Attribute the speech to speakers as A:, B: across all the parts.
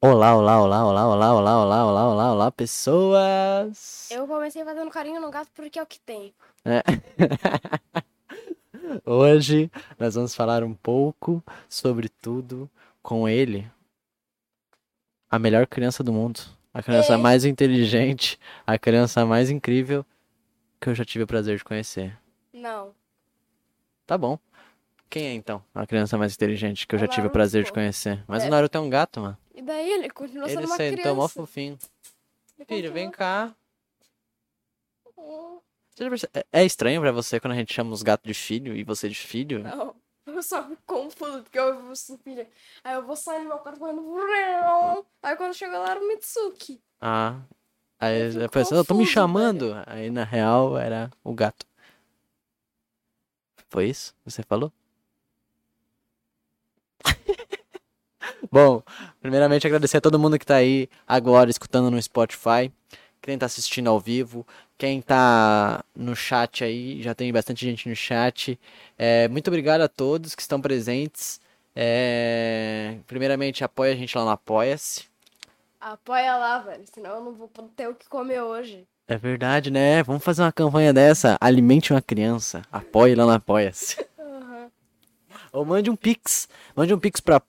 A: Olá, olá, olá, olá, olá, olá, olá, olá, olá, olá, pessoas!
B: Eu comecei fazendo carinho no gato porque é o que tem.
A: É. Hoje nós vamos falar um pouco sobre tudo com ele, a melhor criança do mundo, a criança
B: Ei.
A: mais inteligente, a criança mais incrível que eu já tive o prazer de conhecer.
B: Não.
A: Tá bom. Quem é então a criança mais inteligente que eu já
B: O
A: tive o
B: Naruto,
A: prazer de
B: pô.
A: conhecer? Mas
B: É.
A: o Naruto é um gato, mano.
B: E daí ele continua sendo
A: Ele
B: uma criança.
A: sentou mó fofinho.
B: Ele
A: Filho, vem
B: continua- um
A: cá. Você já perce- é- É estranho pra você quando a gente chama os gatos de filho e você de filho?
B: Não. Eu só me confundo porque eu ouvi o filho. Aí eu vou sair do meu quarto falando. "Vrão". Aí quando chega lá era o Mitsuki.
A: Ah. Aí
B: Eu fico
A: a pessoa, eu tô me
B: confuso,
A: chamando. Aí na real era o gato. Foi isso que você falou? Bom, primeiramente agradecer a todo mundo que tá aí agora escutando no Spotify. Quem tá assistindo ao vivo, quem tá no chat aí, já tem bastante gente no chat. É, muito obrigado a todos que estão presentes. É, primeiramente, apoia a gente lá no Apoia-se.
B: Apoia lá, velho. Senão eu não vou ter o que comer hoje.
A: É verdade, né? Vamos fazer uma campanha dessa. Alimente uma criança. Apoie lá no Apoia-se.
B: Aham.
A: Ou mande um pix. Mande um pix pra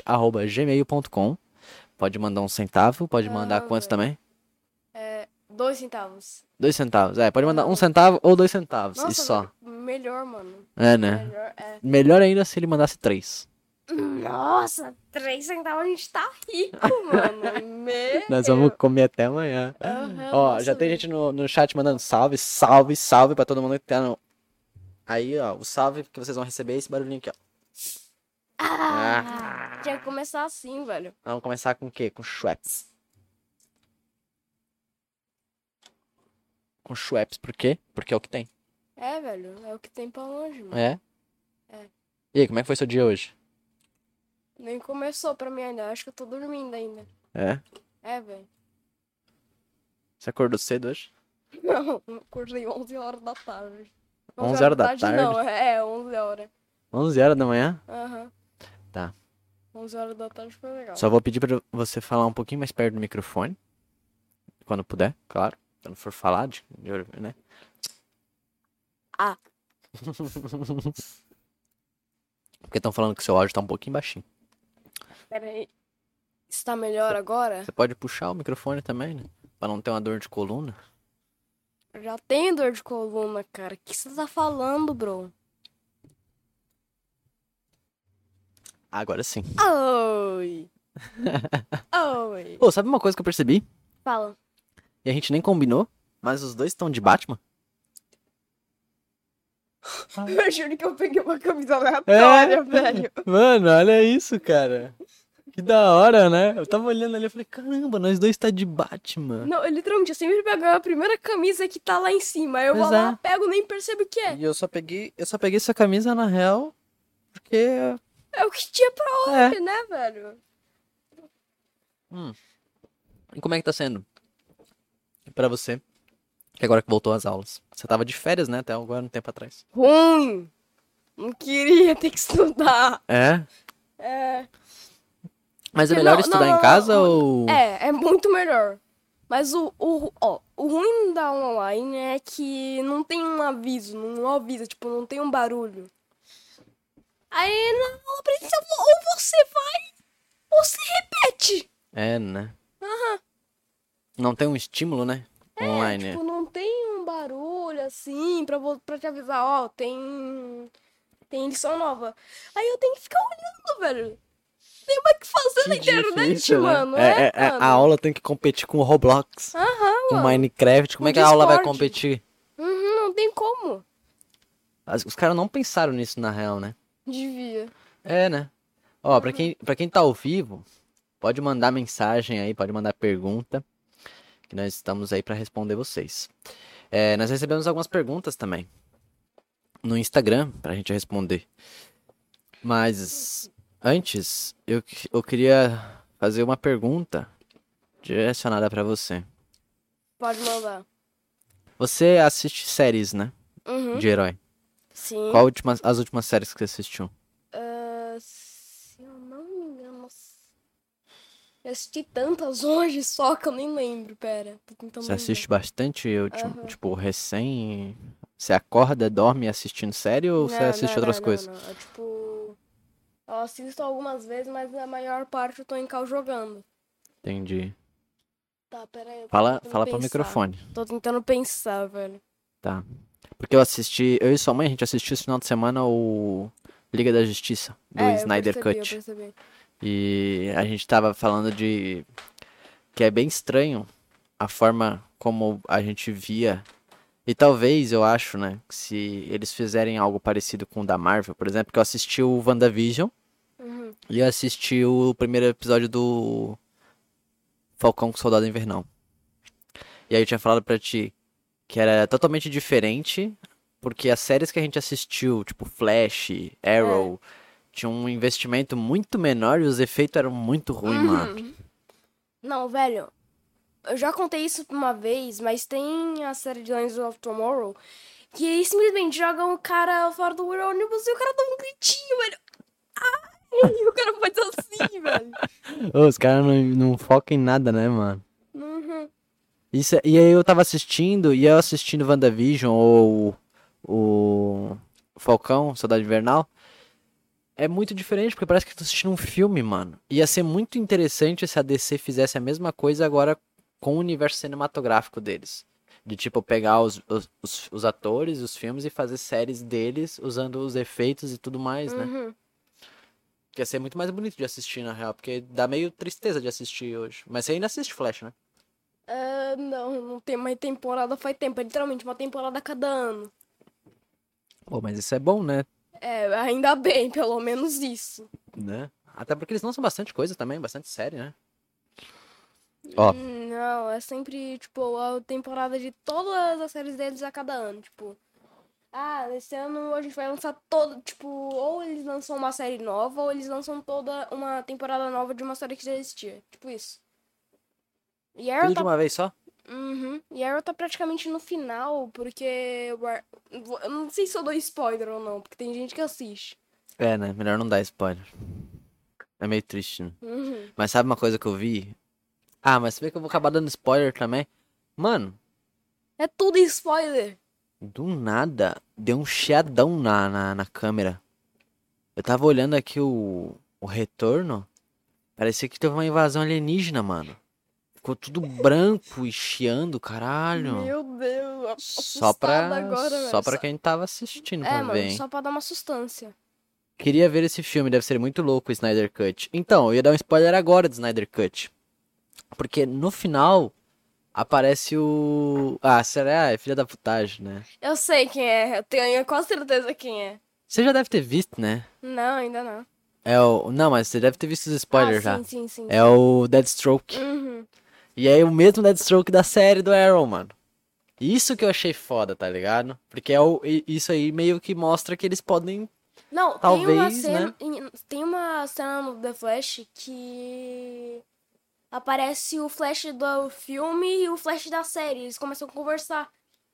A: poucosobretudo.podcast.gmail.com Pode mandar um centavo, pode mandar
B: Ah,
A: quantos
B: velho.
A: também?
B: Dois centavos.
A: Dois centavos. É, pode mandar um centavo ou dois centavos.
B: Nossa,
A: e só.
B: velho, melhor, mano.
A: É, né?
B: Melhor, é.
A: Melhor ainda se ele mandasse três.
B: Nossa, três centavos a gente tá rico, mano. Meu.
A: Nós vamos comer até amanhã.
B: Aham,
A: Ó,
B: nossa,
A: já tem
B: velho.
A: gente no, no chat mandando salve, salve, salve pra todo mundo que tá no... Aí, ó, o salve que vocês vão receber é esse barulhinho aqui, ó. Ah.
B: Tinha que começar assim, velho.
A: Vamos começar com o quê? Com Schweppes. Com Schweppes, por quê? Porque é o que tem.
B: É, velho, é o que tem pra longe, mano.
A: É?
B: É.
A: E aí, como é que foi seu dia hoje?
B: Nem começou pra mim ainda, eu acho que eu tô dormindo ainda.
A: É?
B: É, velho.
A: Você acordou cedo hoje?
B: Não, eu acordei 11 horas da tarde.
A: 11 horas da
B: Não, é, 11 horas.
A: 11 horas da manhã?
B: Aham.
A: Tá.
B: 11 horas da tarde foi legal.
A: Só vou pedir pra você falar um pouquinho mais perto do microfone. Quando puder, claro. Quando for falar, de, de olho, né?
B: Ah.
A: Porque estão falando que seu áudio tá um pouquinho baixinho.
B: Pera aí. Está melhor agora?
A: Você pode puxar o microfone também, né? Pra não ter uma dor de coluna.
B: Eu Já tenho dor de coluna, cara. O que você tá falando, bro?
A: Agora sim.
B: Oi! Oi!
A: Pô, sabe uma coisa que eu percebi?
B: Fala.
A: E a gente nem combinou, mas os dois estão de Batman?
B: Eu juro que eu peguei uma camisa aleatória, velho.
A: Mano, olha isso, cara. Que da hora, né? Eu tava olhando ali e falei, caramba, nós dois tá de Batman.
B: Não, eu, literalmente, eu sempre pego a primeira camisa que tá lá em cima. Aí Eu
A: Pois
B: vou lá,
A: é.
B: pego, nem percebo o que é.
A: E eu só peguei, eu só peguei sua camisa na real, porque
B: É o que tinha pra
A: é.
B: hoje, né, velho?
A: E como é que tá sendo? Pra você? Que agora que voltou às aulas. Você tava de férias, né, até agora um tempo atrás.
B: Ruim. Não queria ter que estudar.
A: É?
B: É,
A: Mas é
B: Não,
A: melhor
B: não,
A: estudar
B: não,
A: em casa
B: não.
A: ou
B: é, é muito melhor. Mas o, o, ó, o ruim da aula online é que não tem um aviso, não avisa, tipo, não tem um barulho. Aí na aula presencial, ou você vai, ou você repete.
A: é, né? Não tem um estímulo, né? Online.
B: Tipo, não tem um barulho assim pra, vo- pra te avisar, ó, tem. Tem edição nova. Aí eu tenho que ficar olhando, velho. Tem mais o que fazer na internet,
A: difícil, né?
B: tipo, mano.
A: É, é, é,
B: mano.
A: a aula tem que competir com o Roblox,
B: Aham,
A: com o Minecraft. Como
B: Com
A: é que a aula vai
B: Discord.
A: competir?
B: uhum, não tem como.
A: As- os caras não pensaram nisso na real, né?
B: Devia.
A: É, né? Ó, pra quem, pra quem tá ao vivo, pode mandar mensagem aí, pode mandar pergunta, que nós estamos aí pra responder vocês. É, nós recebemos algumas perguntas também no Instagram pra gente responder. Mas antes, eu, que- eu queria fazer uma pergunta direcionada pra você.
B: Pode mandar.
A: Você assiste séries, né?
B: Uhum.
A: De herói.
B: Sim.
A: Qual a última- as últimas séries que você assistiu?
B: Ah, se eu não me engano, Eu assisti tantas hoje só que eu nem lembro, pera. Tô tentando
A: Você
B: lembrar.
A: assiste bastante? Eu, ti-
B: um Aham.
A: Tipo, recém. Você acorda, dorme assistindo série ou você
B: Não,
A: assiste
B: não,
A: outras
B: não,
A: coisas?
B: não, não. É tipo. Eu assisto algumas vezes, mas a maior parte eu tô em cal jogando.
A: Entendi.
B: Tá, pera aí. eu tô
A: Fala,
B: tentando
A: fala pro
B: pensar.
A: microfone.
B: Tô tentando pensar, velho.
A: Porque eu assisti. Eu e sua mãe, a gente assistiu esse final de semana o Liga da Justiça, do
B: é, eu
A: Snyder
B: percebi,
A: Cut.
B: Eu percebi.
A: E a gente tava falando de que é bem estranho a forma como a gente via. E talvez, eu acho, né, que se eles fizerem algo parecido com o da Marvel, por exemplo, que eu assisti o WandaVision
B: Uhum.
A: e eu assisti o primeiro episódio do Falcão com o Soldado Invernal. E aí eu tinha falado pra ti que era totalmente diferente, porque as séries que a gente assistiu, tipo Flash, Arrow, tinha um investimento muito menor e os efeitos eram muito ruins, mano.
B: Uhum. Não, velho. Eu já contei isso uma vez, mas tem a série de Legends of Tomorrow que eles simplesmente jogam o cara fora do ônibus e o cara dá um gritinho, velho. Ai, e o cara faz assim, velho.
A: Ô, os caras não, não focam em nada, né, mano?
B: Uhum.
A: Isso, é- e aí eu tava assistindo, e eu assistindo WandaVision ou o Falcão, Saudade Invernal. É muito diferente, porque parece que eu tô assistindo um filme, mano. Ia ser muito interessante se a DC fizesse a mesma coisa agora com o universo cinematográfico deles. De tipo, pegar os, os, os- os atores, os filmes e fazer séries deles usando os efeitos e tudo mais, né?
B: Uhum.
A: Que ia ser muito mais bonito de assistir, na real, porque dá meio tristeza de assistir hoje. Mas você ainda assiste Flash, né?
B: Ah, não, não tem mais temporada faz tempo. É literalmente uma temporada a cada ano.
A: Pô, mas isso é bom, né?
B: É, ainda bem, pelo menos isso.
A: Né? Até porque eles lançam bastante coisa também, bastante série, né? Ó.
B: Não, é sempre, tipo, a temporada de todas as séries deles a cada ano. Tipo, ah, esse ano a gente vai lançar todo. Tipo, ou eles lançam uma série nova, ou eles lançam toda uma temporada nova de uma série que já existia. Tipo isso. E Arrow
A: Tudo de
B: tá.
A: uma vez só?
B: Uhum. E Arrow tá praticamente no final, porque. o Ar- Eu não sei se eu dou spoiler ou não, porque tem gente que assiste.
A: É, né? Melhor não dar spoiler. É meio triste, né?
B: Uhum.
A: Mas sabe uma coisa que eu vi? Ah, mas se bem que eu vou acabar dando spoiler também. Mano,
B: É tudo spoiler.
A: do nada deu um chiadão na, na, na câmera. Eu tava olhando aqui o, o retorno. Parecia que teve uma invasão alienígena, mano. Ficou tudo branco e chiando, caralho.
B: Meu Deus, a-
A: Só
B: assustada
A: pra,
B: agora, velho.
A: só pra quem tá tava assistindo
B: É,
A: também.
B: mano, só pra dar uma sustância.
A: Queria ver esse filme, deve ser muito louco o Snyder Cut. Então, eu ia dar um spoiler agora do Snyder Cut. Porque no final aparece o. Ah, será? Ah, é filha da putagem, né?
B: Eu sei quem é, eu tenho quase certeza quem é.
A: Você já deve ter visto, né?
B: Não, ainda não.
A: É o. Não, mas você deve ter visto os spoilers já.
B: ah, Sim, sim, sim.
A: É o Deathstroke.
B: Uhum.
A: E é o mesmo Deathstroke da série do Arrow, mano. Isso que eu achei foda, tá ligado? Porque é o... i- isso aí meio que mostra que eles podem.
B: Não, tem uma
A: Talvez,
B: cena.
A: né?
B: em- Tem uma cena no The Flash que. Aparece o Flash do filme e o Flash da série. Eles começam a conversar.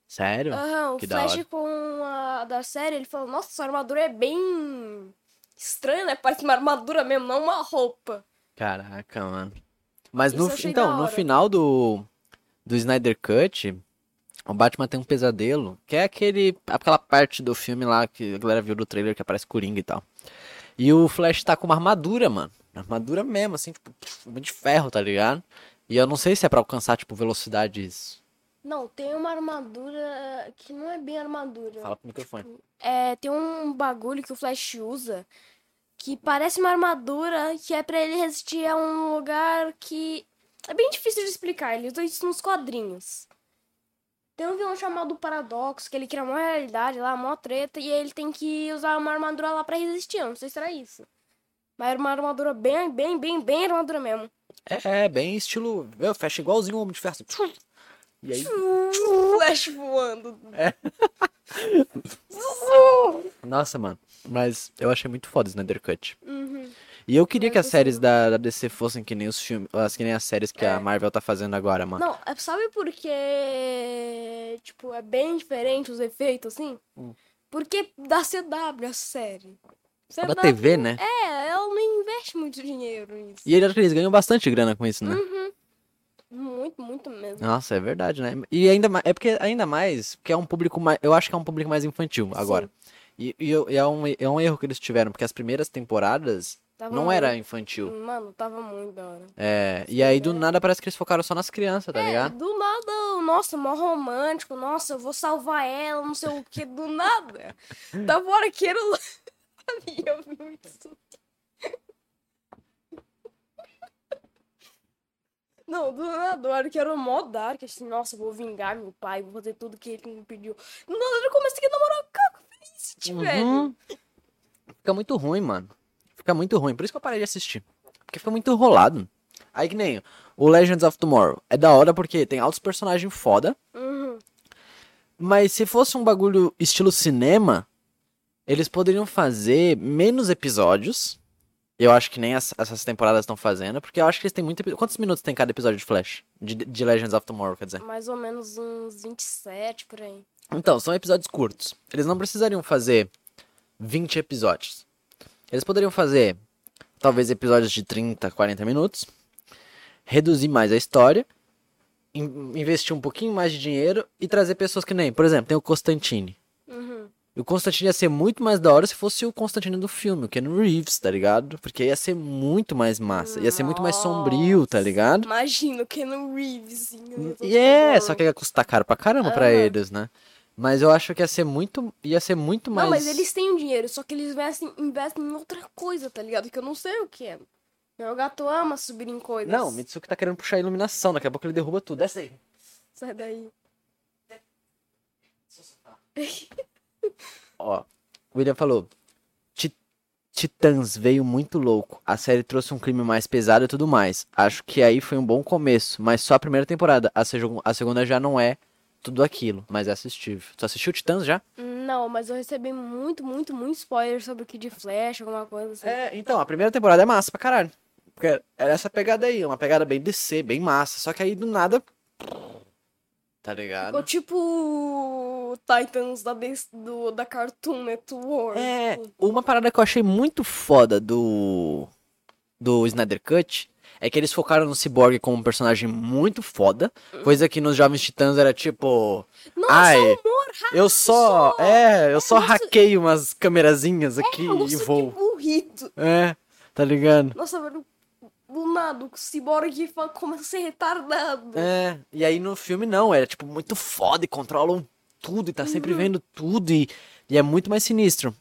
A: Sério?
B: Aham, o
A: que da
B: Flash
A: hora.
B: com a da série, ele falou, nossa, essa armadura é bem estranha, né? Parece uma armadura mesmo, não uma roupa.
A: Caraca, mano. Mas
B: Isso
A: no,
B: eu achei da
A: então, no
B: hora.
A: final do, do Snyder Cut, o Batman tem um pesadelo, que é aquele, aquela parte do filme lá que a galera viu do trailer que aparece Coringa e tal. E o Flash tá com uma armadura, mano. Armadura mesmo, assim, tipo, de ferro, tá ligado? E eu não sei se é pra alcançar, tipo, velocidades.
B: Não, tem uma armadura que não é bem armadura.
A: Fala pro microfone.
B: É, tem um bagulho que o Flash usa que parece uma armadura que é pra ele resistir a um lugar que é bem difícil de explicar. Ele usa isso nos quadrinhos. Tem um vilão chamado Paradoxo, que ele cria uma realidade lá, mó treta, e ele tem que usar uma armadura lá pra resistir. Eu não sei se era isso. Mas era uma armadura bem, bem, bem, bem armadura mesmo.
A: É, é, bem estilo. Meu, fecha igualzinho o Homem de Ferro. assim, tchum. E aí.
B: Flash voando.
A: Nossa, mano. Mas eu achei muito foda o Snyder Cut.
B: Uhum.
A: E eu queria
B: Mas
A: que as
B: você-
A: séries da, da DC fossem que nem os filmes, as que nem as séries que
B: É.
A: a Marvel tá fazendo agora, mano.
B: Não, é- sabe por que, tipo, é bem diferente os efeitos, assim?
A: Hum.
B: Porque da CW, a série.
A: Da
B: CW,
A: TV, né?
B: É, ela não investe muito dinheiro nisso.
A: E eles, eles ganham bastante grana com isso, né?
B: Uhum. Muito, muito mesmo.
A: Nossa, é verdade, né? E ainda mais, é porque ainda mais, porque é um público mais, eu acho que é um público mais infantil agora. E, e eu- e é, um, é um erro que eles tiveram, porque as primeiras temporadas
B: Tava
A: não
B: muito- né?
A: era infantil.
B: Mano, tava muito da hora.
A: É, e aí do nada parece que eles focaram só nas crianças,
B: É,
A: tá ligado?
B: Do nada, eu, nossa, mó romântico, nossa, eu vou salvar ela, não sei o que, do nada. Tava hora que era lá. Eu vi muito isso. Não, do nada, era que era mó dark, assim, nossa, eu vou vingar meu pai, vou fazer tudo que ele me pediu. Do nada, eu comecei a namorar o Caco Felicity, velho.
A: Uhum. Fica muito ruim, mano. Fica muito ruim. Por isso que eu parei de assistir. Porque fica muito enrolado. Aí que nem o Legends of Tomorrow. É da hora porque tem altos personagens foda.
B: Uhum.
A: Mas se fosse um bagulho estilo cinema, eles poderiam fazer menos episódios. Eu acho que nem as- essas temporadas estão fazendo, porque eu acho que eles têm muito. epi- Quantos minutos tem cada episódio de Flash? De, de Legends of Tomorrow, quer dizer.
B: Mais ou menos uns 27 por aí.
A: Então, são episódios curtos. Eles não precisariam fazer 20 episódios. Eles poderiam fazer, talvez, episódios de 30, 40 minutos. Reduzir mais a história. in- investir um pouquinho mais de dinheiro e trazer pessoas que nem. Por exemplo, tem o Constantine.
B: Uhum.
A: E o Constantine ia ser muito mais da hora se fosse o Constantine do filme, o Keanu Reeves, tá ligado? Porque ia ser muito mais massa, ia ser muito mais sombrio, tá
B: Nossa.
A: ligado?
B: Imagina o Keanu é Reeves, assim. eu tô
A: E é,
B: falando.
A: só que ia custar caro pra caramba pra
B: Aham.
A: eles, né? Mas eu acho que ia ser muito, ia ser muito mais...
B: Não, mas eles têm o dinheiro, só que eles investem, investem em outra coisa, tá ligado? Que eu não sei o que é. Meu gato ama subir em coisas.
A: Não, o Mitsuki tá querendo puxar a iluminação, daqui a pouco ele derruba tudo, desce aí.
B: Sai daí.
A: Ó, o William falou: "Ti- Titãs veio muito louco. A série trouxe um clima mais pesado e tudo mais. Acho que aí foi um bom começo, mas só a primeira temporada. A, segu- a segunda já não é tudo aquilo, mas é assistível. Tu assistiu Titãs já?
B: Não, mas eu recebi muito, muito, muito spoiler sobre o Kid Flash, alguma coisa assim.
A: É, então, a primeira temporada é massa pra caralho. Porque era essa pegada aí, uma pegada bem DC, bem massa. Só que aí do nada. Tá
B: Ficou
A: ligado?
B: tipo o Titans da, Dis- do, da Cartoon Network.
A: É, uma parada que eu achei muito foda do do Snyder Cut é que eles focaram no Cyborg como um personagem muito foda, coisa que nos Jovens Titãs era tipo,
B: Nossa, é um
A: ai,
B: humor,
A: eu só,
B: só-
A: é, eu só
B: nossa.
A: hackeio umas camerazinhas aqui
B: eu gosto
A: e
B: de
A: vou.
B: burrito.
A: É, tá ligado?
B: tipo Nossa, velho, do nada, o Cyborg fa- começa a ser retardado.
A: É, e aí no filme não, era tipo muito foda e controlam tudo e tá sempre vendo tudo e, e é muito mais sinistro.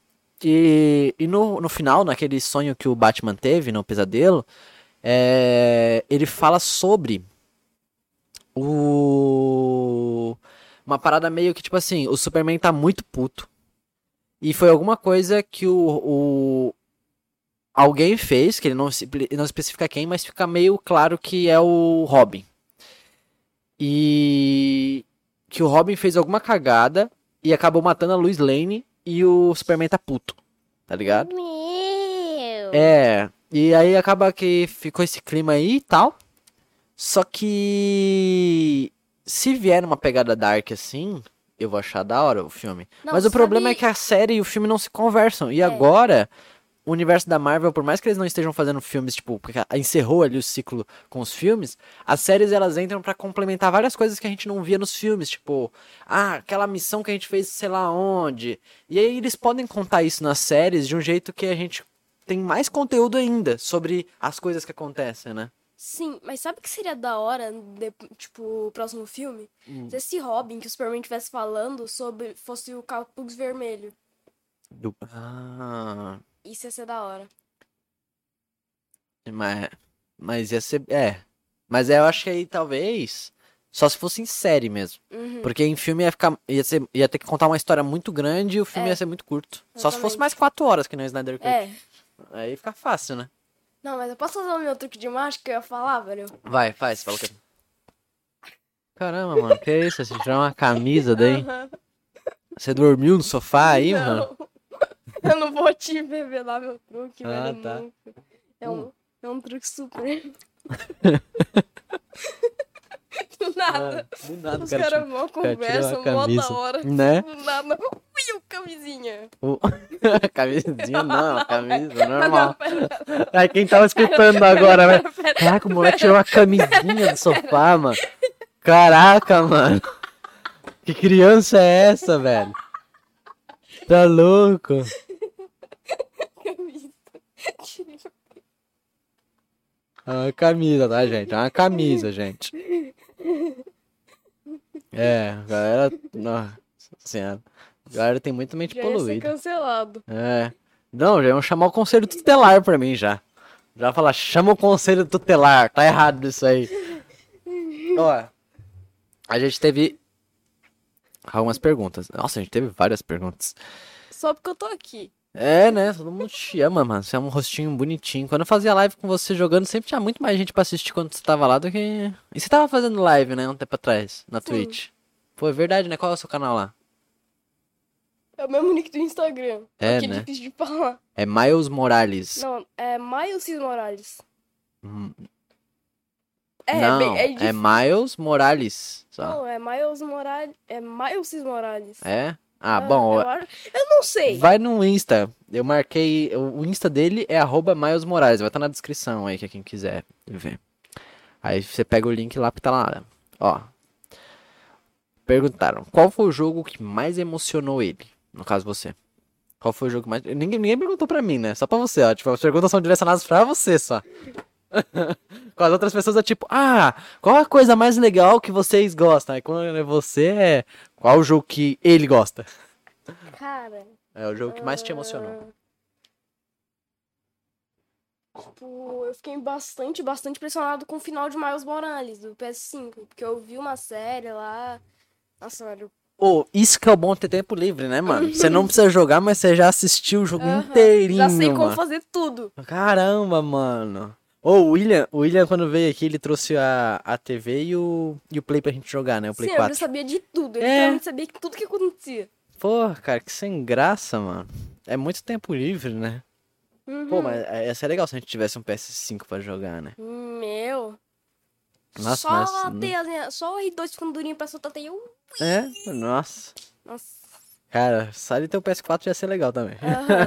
A: E, e no, no final, naquele sonho que o Batman teve, no pesadelo, é, ele fala sobre o. Uma parada meio que tipo assim: o Superman tá muito puto. E foi alguma coisa que o. o- alguém fez, que ele não, se- não especifica quem, mas fica meio claro que é o Robin e que o Robin fez alguma cagada e acabou matando a Lois Lane e o Superman tá puto, tá ligado?
B: Meu.
A: É, e aí acaba que ficou esse clima aí e tal. Só que se vier uma pegada dark assim, eu vou achar da hora o filme.
B: Não,
A: Mas o
B: sabe- É.
A: problema é que a série e o filme não se conversam. E agora, o universo da Marvel, por mais que eles não estejam fazendo filmes, tipo, porque encerrou ali o ciclo com os filmes, as séries elas entram pra complementar várias coisas que a gente não via nos filmes, tipo, ah, aquela missão que a gente fez sei lá onde. E aí eles podem contar isso nas séries de um jeito que a gente tem mais conteúdo ainda sobre as coisas que acontecem, né?
B: Sim, mas sabe o que seria da hora, de- tipo, o próximo filme? Se esse Robin que o Superman estivesse falando sobre fosse o Capuz Vermelho.
A: Ah,
B: Isso ia ser da hora.
A: Mas, mas ia ser. É. Mas eu acho que aí talvez. Só se fosse em série mesmo.
B: Uhum.
A: Porque em filme ia, ficar, ia, ser, ia ter que contar uma história muito grande e o filme
B: É.
A: ia ser muito curto. Só se fosse
B: Exatamente.
A: mais quatro horas que nem o Snyder Cut.
B: É.
A: Aí fica fácil, né?
B: Não, mas eu posso usar o meu truque de mágica que eu ia falar, velho?
A: Vai, faz, fala o quê? Caramba, mano, que isso? Você tirou uma camisa daí?
B: Aham.
A: Você dormiu no sofá aí, mano?
B: Não. eu não vou te revelar meu truque,
A: Ah,
B: velho.
A: tá.
B: nunca. É um, é um truque super. Do nada. nada.
A: Ah, do nada, o
B: Os
A: cara
B: caras
A: tira-
B: vão,
A: o cara
B: conversam,
A: tira uma
B: mó da
A: camisa.
B: hora.
A: Né?
B: Do nada. Ui, o camisinha.
A: O... Camisinha não, camisa,
B: Não,
A: normal.
B: pera,
A: Aí quem tava escutando agora, né?
B: pera, pera.
A: Caraca, o moleque tirou uma camisinha do sofá, mano. Caraca, mano. Que criança é essa, velho? Tá louco?
B: Camisa.
A: Tá
B: Tirei-
A: É uma camisa, tá, gente? É uma camisa, gente. É, a galera. Nossa senhora. A galera tem muito mente
B: Já ia ser
A: poluída.
B: cancelado.
A: É. Não, já iam chamar o conselho tutelar pra mim já. Já falar, chama o conselho tutelar, tá errado isso aí. Ó, a gente teve algumas perguntas. Nossa, a gente teve várias perguntas.
B: Só porque eu tô aqui.
A: É, né? Todo mundo te ama, mano. Você é um rostinho bonitinho. Quando eu fazia live com você jogando, sempre tinha muito mais gente pra assistir quando você tava lá do que. E você tava fazendo live, né? Um tempo atrás, na
B: Sim.
A: Twitch. Pô, é verdade, né? Qual é o seu canal lá?
B: É o mesmo nick do Instagram.
A: É,
B: que
A: né?
B: difícil de falar.
A: É Miles Morales.
B: Não, é Miles Cis Morales.
A: Hum,
B: É,
A: não,
B: bem- é, difícil.
A: Miles Morales. Só.
B: Não, é Miles Morales. É Miles Cis Morales.
A: É? Ah,
B: Ah,
A: bom.
B: Eu, acho- eu não sei.
A: Vai no Insta. Eu marquei. O Insta dele é arroba Miles Morales. Vai estar na descrição aí, que quem quiser ver. Aí você pega o link lá, tá lá. Ó. Perguntaram: qual foi o jogo que mais emocionou ele? No caso, você. Qual foi o jogo que mais. Ninguém, ninguém perguntou pra mim, né? Só pra você, ó. Tipo, as perguntas são direcionadas pra você só. Com as outras pessoas é tipo, ah, qual a coisa mais legal que vocês gostam? Aí quando é você, é qual o jogo que ele gosta?
B: Cara.
A: É o jogo que mais te emocionou.
B: ah, Tipo, eu fiquei bastante, bastante impressionado com o final de Miles Morales, do PS5. Porque eu vi uma série lá. Nossa, velho.
A: Pô, isso que é o bom ter tempo livre, né, mano? Você não precisa jogar, mas você já assistiu o jogo
B: aham,
A: inteirinho,
B: Já sei como
A: mano.
B: fazer tudo.
A: Caramba, mano. Ô, o William, o William, quando veio aqui, ele trouxe a, a TV e o, e o Play pra gente jogar, né? O Play
B: Sim, eu
A: 4.
B: já sabia de tudo. Eu
A: É.
B: literalmente sabia que tudo que acontecia.
A: Pô, cara, que sem graça, mano. É muito tempo livre, né? Pô,
B: Uhum.
A: mas essa é legal se a gente tivesse um PS5 pra jogar, né?
B: Meu.
A: Nossa,
B: só
A: mas- né?
B: a teiazinha, só o R2 ficando durinho pra soltar teia. Uh,
A: É? Nossa.
B: Nossa.
A: Cara, sai do teu PS4 já ia ser legal também.
B: Aham.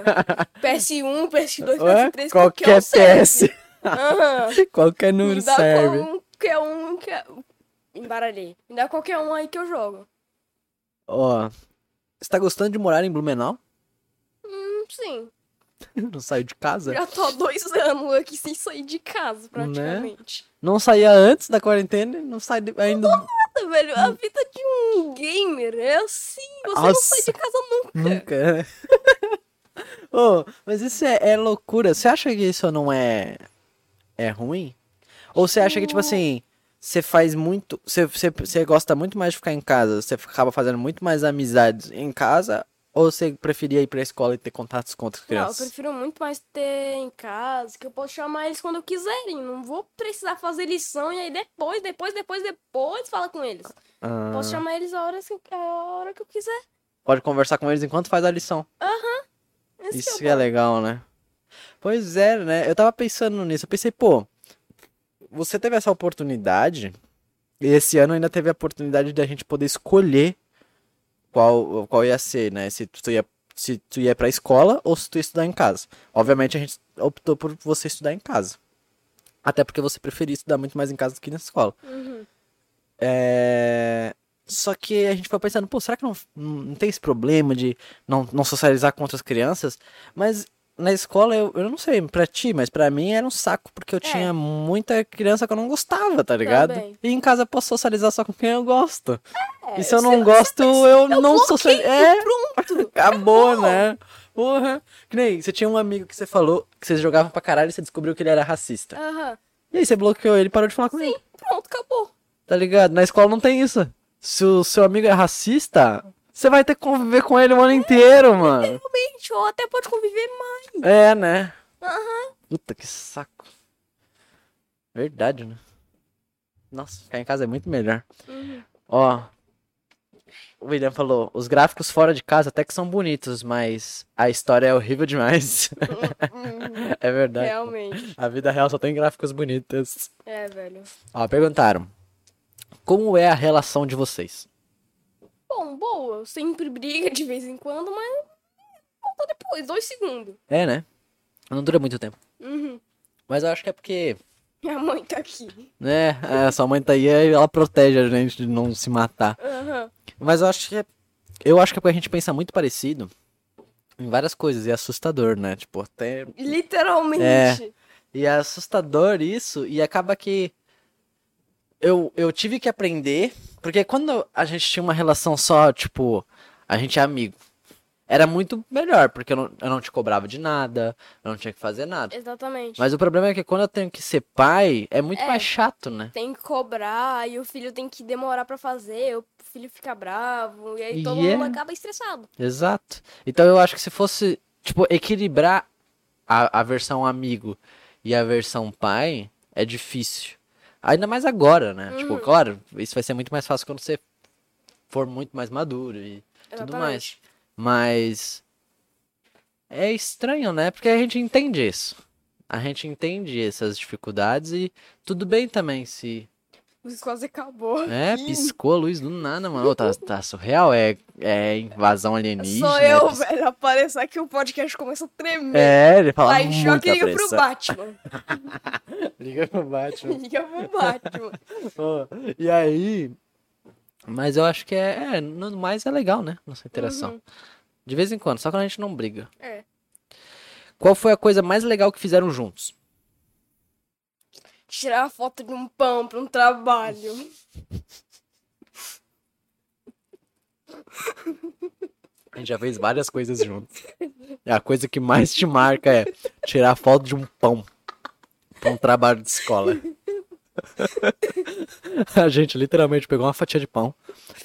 B: PS1, PS2,
A: Ué?
B: PS3,
A: qualquer PS,
B: um serve. Aham.
A: qualquer
B: Me
A: número
B: dá
A: serve.
B: qualquer um que. Embaralhei. Me dá qualquer um aí que eu jogo.
A: Ó, você tá gostando de morar em Blumenau?
B: Hum, Sim.
A: Não saiu de casa?
B: Já tô há dois anos aqui sem sair de casa,
A: Né?
B: praticamente.
A: Não saía antes da quarentena, não sai de- ainda.
B: Nossa, velho, a vida de um gamer é assim. Você não
A: Nossa.
B: sai de casa nunca.
A: Nunca, né? Ô, mas isso é, é loucura. Você acha que isso não é. É ruim? Ou você acha que, tipo assim, você faz muito. Você, você, você gosta muito mais de ficar em casa, você acaba fazendo muito mais amizades em casa? Ou você preferia ir pra escola e ter contatos com outras
B: Não, eu
A: crianças?
B: prefiro muito mais ter em casa, que eu posso chamar eles quando eu quiserem. Não vou precisar fazer lição e aí depois, depois, depois, depois fala com eles.
A: Ah,
B: Posso chamar eles a hora que eu, a hora que eu quiser.
A: pode conversar com eles enquanto faz a lição.
B: Esse
A: Isso
B: que
A: que é legal, né? Pois é, né? Eu tava pensando nisso. Eu pensei, pô, você teve essa oportunidade. E esse ano ainda teve a oportunidade de a gente poder escolher qual, qual ia ser, né? Se tu ia, se tu ia pra escola ou se tu ia estudar em casa. Obviamente a gente optou por você estudar em casa. Até porque você preferia estudar muito mais em casa do que na escola.
B: é... Uhum.
A: É... Só que a gente foi pensando, pô, será que não, não tem esse problema de não, não socializar com outras crianças? Mas na escola, eu, eu não sei pra ti, mas pra mim era um saco, porque eu tinha muita criança que eu não gostava, tá ligado?
B: Também.
A: E em casa eu posso socializar só com quem eu gosto.
B: É,
A: e se eu
B: você-
A: não gosto, eu, não socializo. É,
B: Pronto.
A: acabou, né? Porra. Que nem, você tinha um amigo que você falou que vocês jogavam pra caralho e você descobriu que ele era racista.
B: Aham.
A: E aí você bloqueou ele e parou de falar comigo.
B: Sim, pronto, acabou.
A: Tá ligado? Na escola não tem isso. Se o seu amigo é racista, você vai ter que conviver com ele o ano inteiro, mano.
B: Gente, ou até pode conviver mais.
A: É, né?
B: Aham.
A: Puta que saco. Verdade, né? Nossa, ficar em casa é muito melhor.
B: Uhum.
A: Ó. O William falou: os gráficos fora de casa até que são bonitos, mas a história é horrível demais.
B: Hum,
A: é verdade.
B: Realmente.
A: A vida real só tem gráficos bonitos.
B: É, velho.
A: Ó, perguntaram. Como é a relação de vocês?
B: Bom, boa. Sempre briga de vez em quando, mas. Volta depois, dois segundos.
A: É, né? Não dura muito tempo.
B: Uhum.
A: Mas eu acho que é porque,
B: Minha mãe tá aqui.
A: né? A sua mãe tá aí e ela protege a gente de não se matar.
B: Aham.
A: Mas eu acho que é... Eu acho que é porque a gente pensa muito parecido em várias coisas. E é assustador, né? Tipo, até
B: Literalmente.
A: E é assustador isso, e acaba que eu, eu tive que aprender, porque quando a gente tinha uma relação só, tipo, a gente é amigo, era muito melhor, porque eu não, eu não te cobrava de nada, eu não tinha que fazer nada.
B: Exatamente.
A: Mas o problema é que quando eu tenho que ser pai, é muito
B: É.
A: mais chato, né?
B: Tem que cobrar, e o filho tem que demorar pra fazer, o filho fica bravo, e aí todo
A: E é-
B: mundo acaba estressado.
A: Exato. Então eu acho que se fosse, tipo, equilibrar a, a versão amigo e a versão pai, é difícil. Ainda mais agora, né? Tipo,
B: Uhum.
A: claro, isso vai ser muito mais fácil quando você for muito mais maduro e tudo mais.
B: Exatamente.
A: Mas é estranho, né? Porque a gente entende isso. A gente entende essas dificuldades e tudo bem também se
B: Isso quase acabou.
A: é,
B: aqui.
A: piscou a luz do nada, mano. Ô, tá, tá surreal, é, é invasão alienígena.
B: Só
A: é
B: eu,
A: pis-
B: velho, apareço aqui, o podcast começa a tremer.
A: É, ele fala
B: Vai em
A: muita
B: choque e liga pro
A: pressão.
B: Batman.
A: Liga pro Batman.
B: Liga pro Batman.
A: Ó, e aí... Mas eu acho que é, é, no mais é legal, né? Nossa interação.
B: Uhum.
A: De vez em quando, só quando a gente não briga.
B: É.
A: Qual foi a coisa mais legal que fizeram juntos?
B: Tirar a foto de um pão pra um trabalho.
A: A gente já fez várias coisas juntos. E a coisa que mais te marca é tirar foto de um pão pra um trabalho de escola. A gente literalmente pegou uma fatia de pão,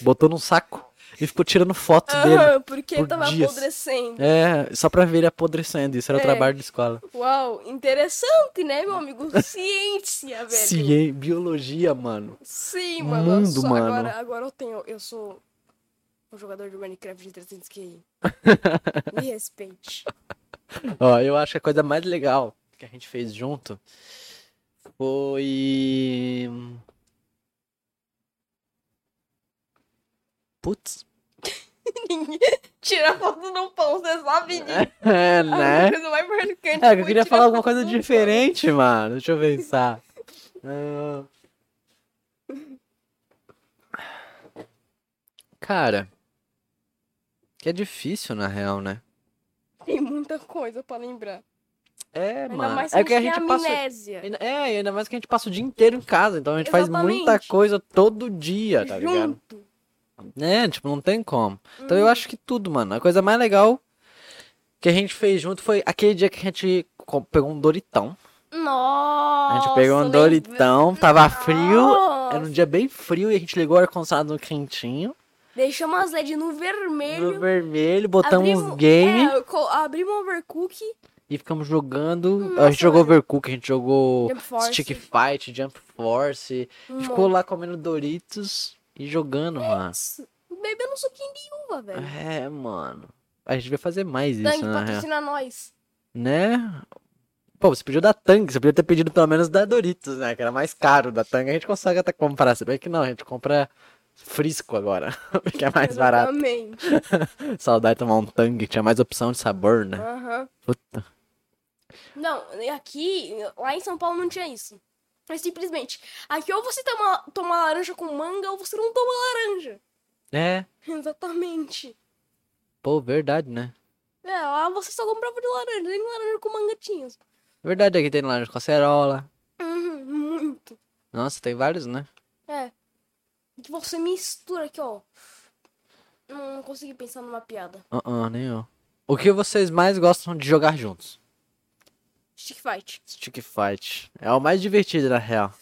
A: botou num saco e ficou tirando foto
B: Ah,
A: dele.
B: Aham, porque
A: por
B: tava
A: dias.
B: apodrecendo.
A: É, só pra ver ele apodrecendo. Isso era o
B: É.
A: trabalho de escola.
B: Uau, interessante, né, meu amigo? Ciência, velho.
A: Ciência, biologia, mano.
B: Sim, mano. eu
A: Mundo,
B: sou-
A: mano.
B: Agora, agora eu tenho. Eu sou um jogador de Minecraft de 300 QI. Me respeite.
A: Ó, eu acho que a coisa mais legal que a gente fez junto foi. Putz.
B: Ninguém Tira foto num pão, você sabe disso.
A: É,
B: A
A: né?
B: coisa mais marcante.
A: É, eu
B: foi
A: queria
B: tirar
A: falar alguma
B: foto
A: coisa
B: num
A: diferente, mano. Deixa eu pensar. Ah. Cara. Que é difícil, na real, né?
B: pão. Tem muita coisa pra lembrar.
A: É,
B: Ainda
A: mano.
B: mais se
A: é que a
B: tem
A: gente passa.
B: amnésia.
A: Ainda- É, e ainda mais que a gente passa o dia inteiro em casa, então a gente faz muita
B: Exatamente.
A: coisa todo dia, tá ligado?
B: Junto.
A: Né? Tipo, não tem como. Então eu
B: Uhum.
A: acho que tudo, mano. A coisa mais legal que a gente fez junto foi aquele dia que a gente co- pegou um Doritão.
B: Nossa.
A: A gente pegou um
B: lembra-
A: Doritão, tava frio.
B: Nossa.
A: Era um dia bem frio e a gente ligou o ar-condicionado no quentinho,
B: Deixamos as LED no
A: no
B: vermelho.
A: vermelho, botamos
B: abrimos-
A: game
B: É, co- abrimos um overcook.
A: e ficamos jogando. a
B: Nossa,
A: gente jogou
B: mano.
A: Overcook, a gente jogou
B: Jump Force.
A: Stick Fight, Jump Force.
B: um
A: E Ficou lá comendo Doritos e jogando, mano.
B: Nossa, Bebendo suquinho de uva, velho.
A: É, mano. A gente devia fazer mais isso,
B: Tanque
A: na real.
B: patrocina nós.
A: Né? Pô, você pediu da Tang, você podia ter pedido pelo menos da Doritos, né? Que era mais caro. Da Tang a gente consegue até comprar. Se bem que não, a gente compra frisco agora, que é mais barato.
B: Exatamente.
A: Saudade de tomar um Tang, tinha mais opção de sabor, né?
B: Aham.
A: Puta.
B: Não, e aqui, lá em São Paulo não tinha isso. Mas simplesmente, aqui ou você toma, toma laranja com manga ou você não toma laranja.
A: É,
B: Exatamente.
A: pô, verdade, né?
B: É, lá você só comprava de laranja, nem laranja com manga tinha.
A: Verdade é que tem laranja com acerola.
B: Uhum, muito.
A: Nossa, tem vários, né?
B: É. Que você mistura aqui, ó. Hum, Não consegui pensar numa piada.
A: Ah, ah, nem eu. O que vocês mais gostam de jogar juntos?
B: Stick fight.
A: Stick Fight. É o mais divertido, na real.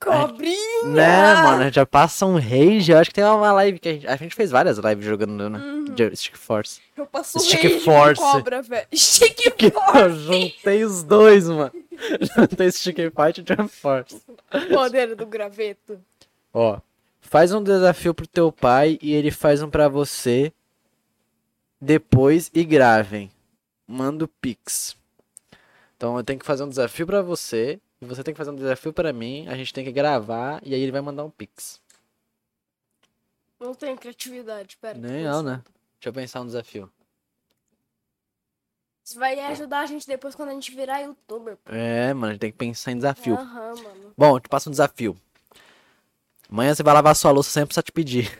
B: Cobrinha!
A: Né, mano, a gente já passa um rage. Eu acho que tem uma live que a gente. A gente fez várias lives jogando, né? de Stick Force.
B: Eu passo
A: Stick
B: rage com
A: Force.
B: cobra, velho. Stick
A: Que
B: Force.
A: eu juntei os dois, mano. juntei Stick Fight e Jump Force.
B: Poder do graveto.
A: Ó, faz um desafio pro teu pai e ele faz um pra você. Depois e gravem. Manda o Pix. Então eu tenho que fazer um desafio pra você, e você tem que fazer um desafio pra mim, a gente tem que gravar, e aí ele vai mandar um pix.
B: Não tenho criatividade, pera.
A: Nem
B: depois.
A: não, né? Deixa eu pensar um desafio.
B: Isso vai ajudar a gente depois quando a gente virar youtuber. pô.
A: É, mano, a gente tem que pensar em desafio.
B: Aham, mano.
A: Bom, eu te passo um desafio. Amanhã você vai lavar sua louça sem precisar te pedir.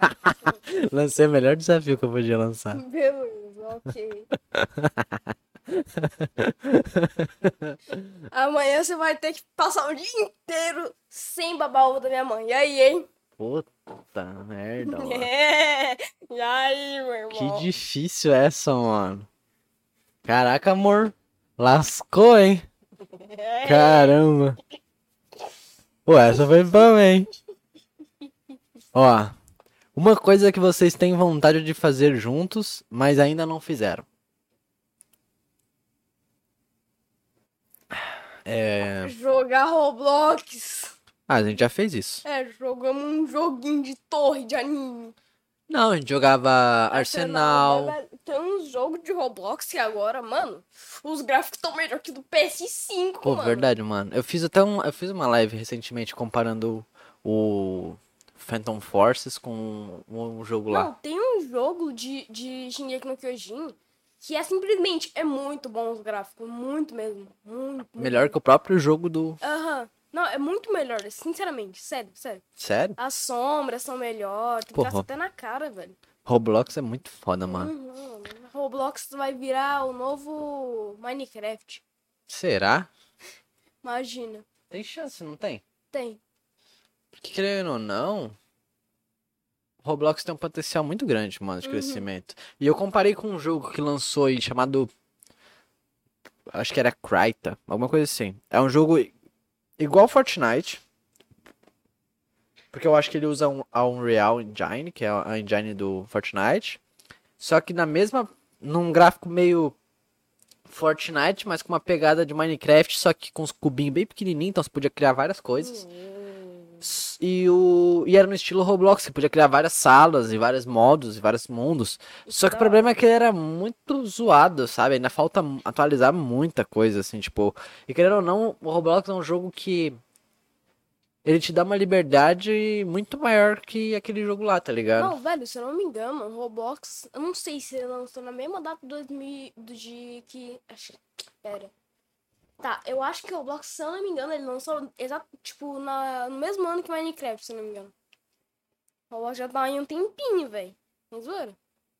A: Lancei o melhor desafio que eu podia lançar.
B: Beleza, ok. Amanhã você vai ter que passar o dia inteiro sem babar o ovo da minha mãe. E aí, hein?
A: Puta merda, mano.
B: É. E aí, meu irmão?
A: Que difícil é essa, mano. Caraca, amor. Lascou, hein?
B: É.
A: Caramba. Pô, essa foi bom, hein? Ó, uma coisa que vocês têm vontade de fazer juntos, mas ainda não fizeram. É...
B: Jogar Roblox.
A: Ah, a gente já fez isso.
B: É, jogamos um joguinho de torre de anime.
A: Não, a gente jogava Arsenal.
B: né, velho? Tem uns jogos de Roblox que agora, mano, os gráficos estão melhor que do PS5,
A: Pô,
B: mano.
A: verdade, mano. Eu fiz até um, eu fiz uma live recentemente comparando o Phantom Forces com um jogo lá.
B: Não, tem um jogo de, de Shingeki no Kyojin que é simplesmente, é muito bom os gráficos, muito mesmo, muito.
A: Melhor que o próprio jogo do.
B: muito. Aham. Não, é muito melhor, sinceramente, sério, sério.
A: Sério?
B: As sombras são melhor, tem
A: Porra.
B: graça até na cara, velho.
A: Roblox é muito foda, mano.
B: Uhum. Roblox vai virar o novo Minecraft,
A: Será?
B: imagina.
A: Tem chance, não tem?
B: Tem.
A: Porque querendo ou não, o Roblox tem um potencial muito grande, mano, de
B: Uhum.
A: crescimento. E eu comparei com um jogo que lançou aí chamado. Acho que era Kryta, alguma coisa assim. É um jogo i- igual Fortnite. Porque eu acho que ele usa um, a Unreal Engine, que é a a engine do Fortnite. Só que na mesma. num gráfico meio. Fortnite, mas com uma pegada de Minecraft, só que com os cubinhos bem pequenininhos, então você podia criar várias coisas.
B: Uhum.
A: S- E, o, e era no estilo Roblox, que podia criar várias salas e vários modos e vários mundos. Só que o
B: Da
A: problema é que ele era muito zoado, sabe? Ainda falta mu- atualizar muita coisa, assim, tipo. E querendo ou não, o Roblox é um jogo que. Ele te dá uma liberdade muito maior que aquele jogo lá, tá ligado?
B: Não, velho, se eu não me engano, o Roblox, eu não sei se ele lançou na mesma data de 2000 do de que. Acho, pera. Tá, eu acho que o Roblox, se eu não me engano, ele lançou exato, tipo, na, no mesmo ano que Minecraft, se eu não me engano. O Roblox já tá aí um tempinho, velho. Não zoeira?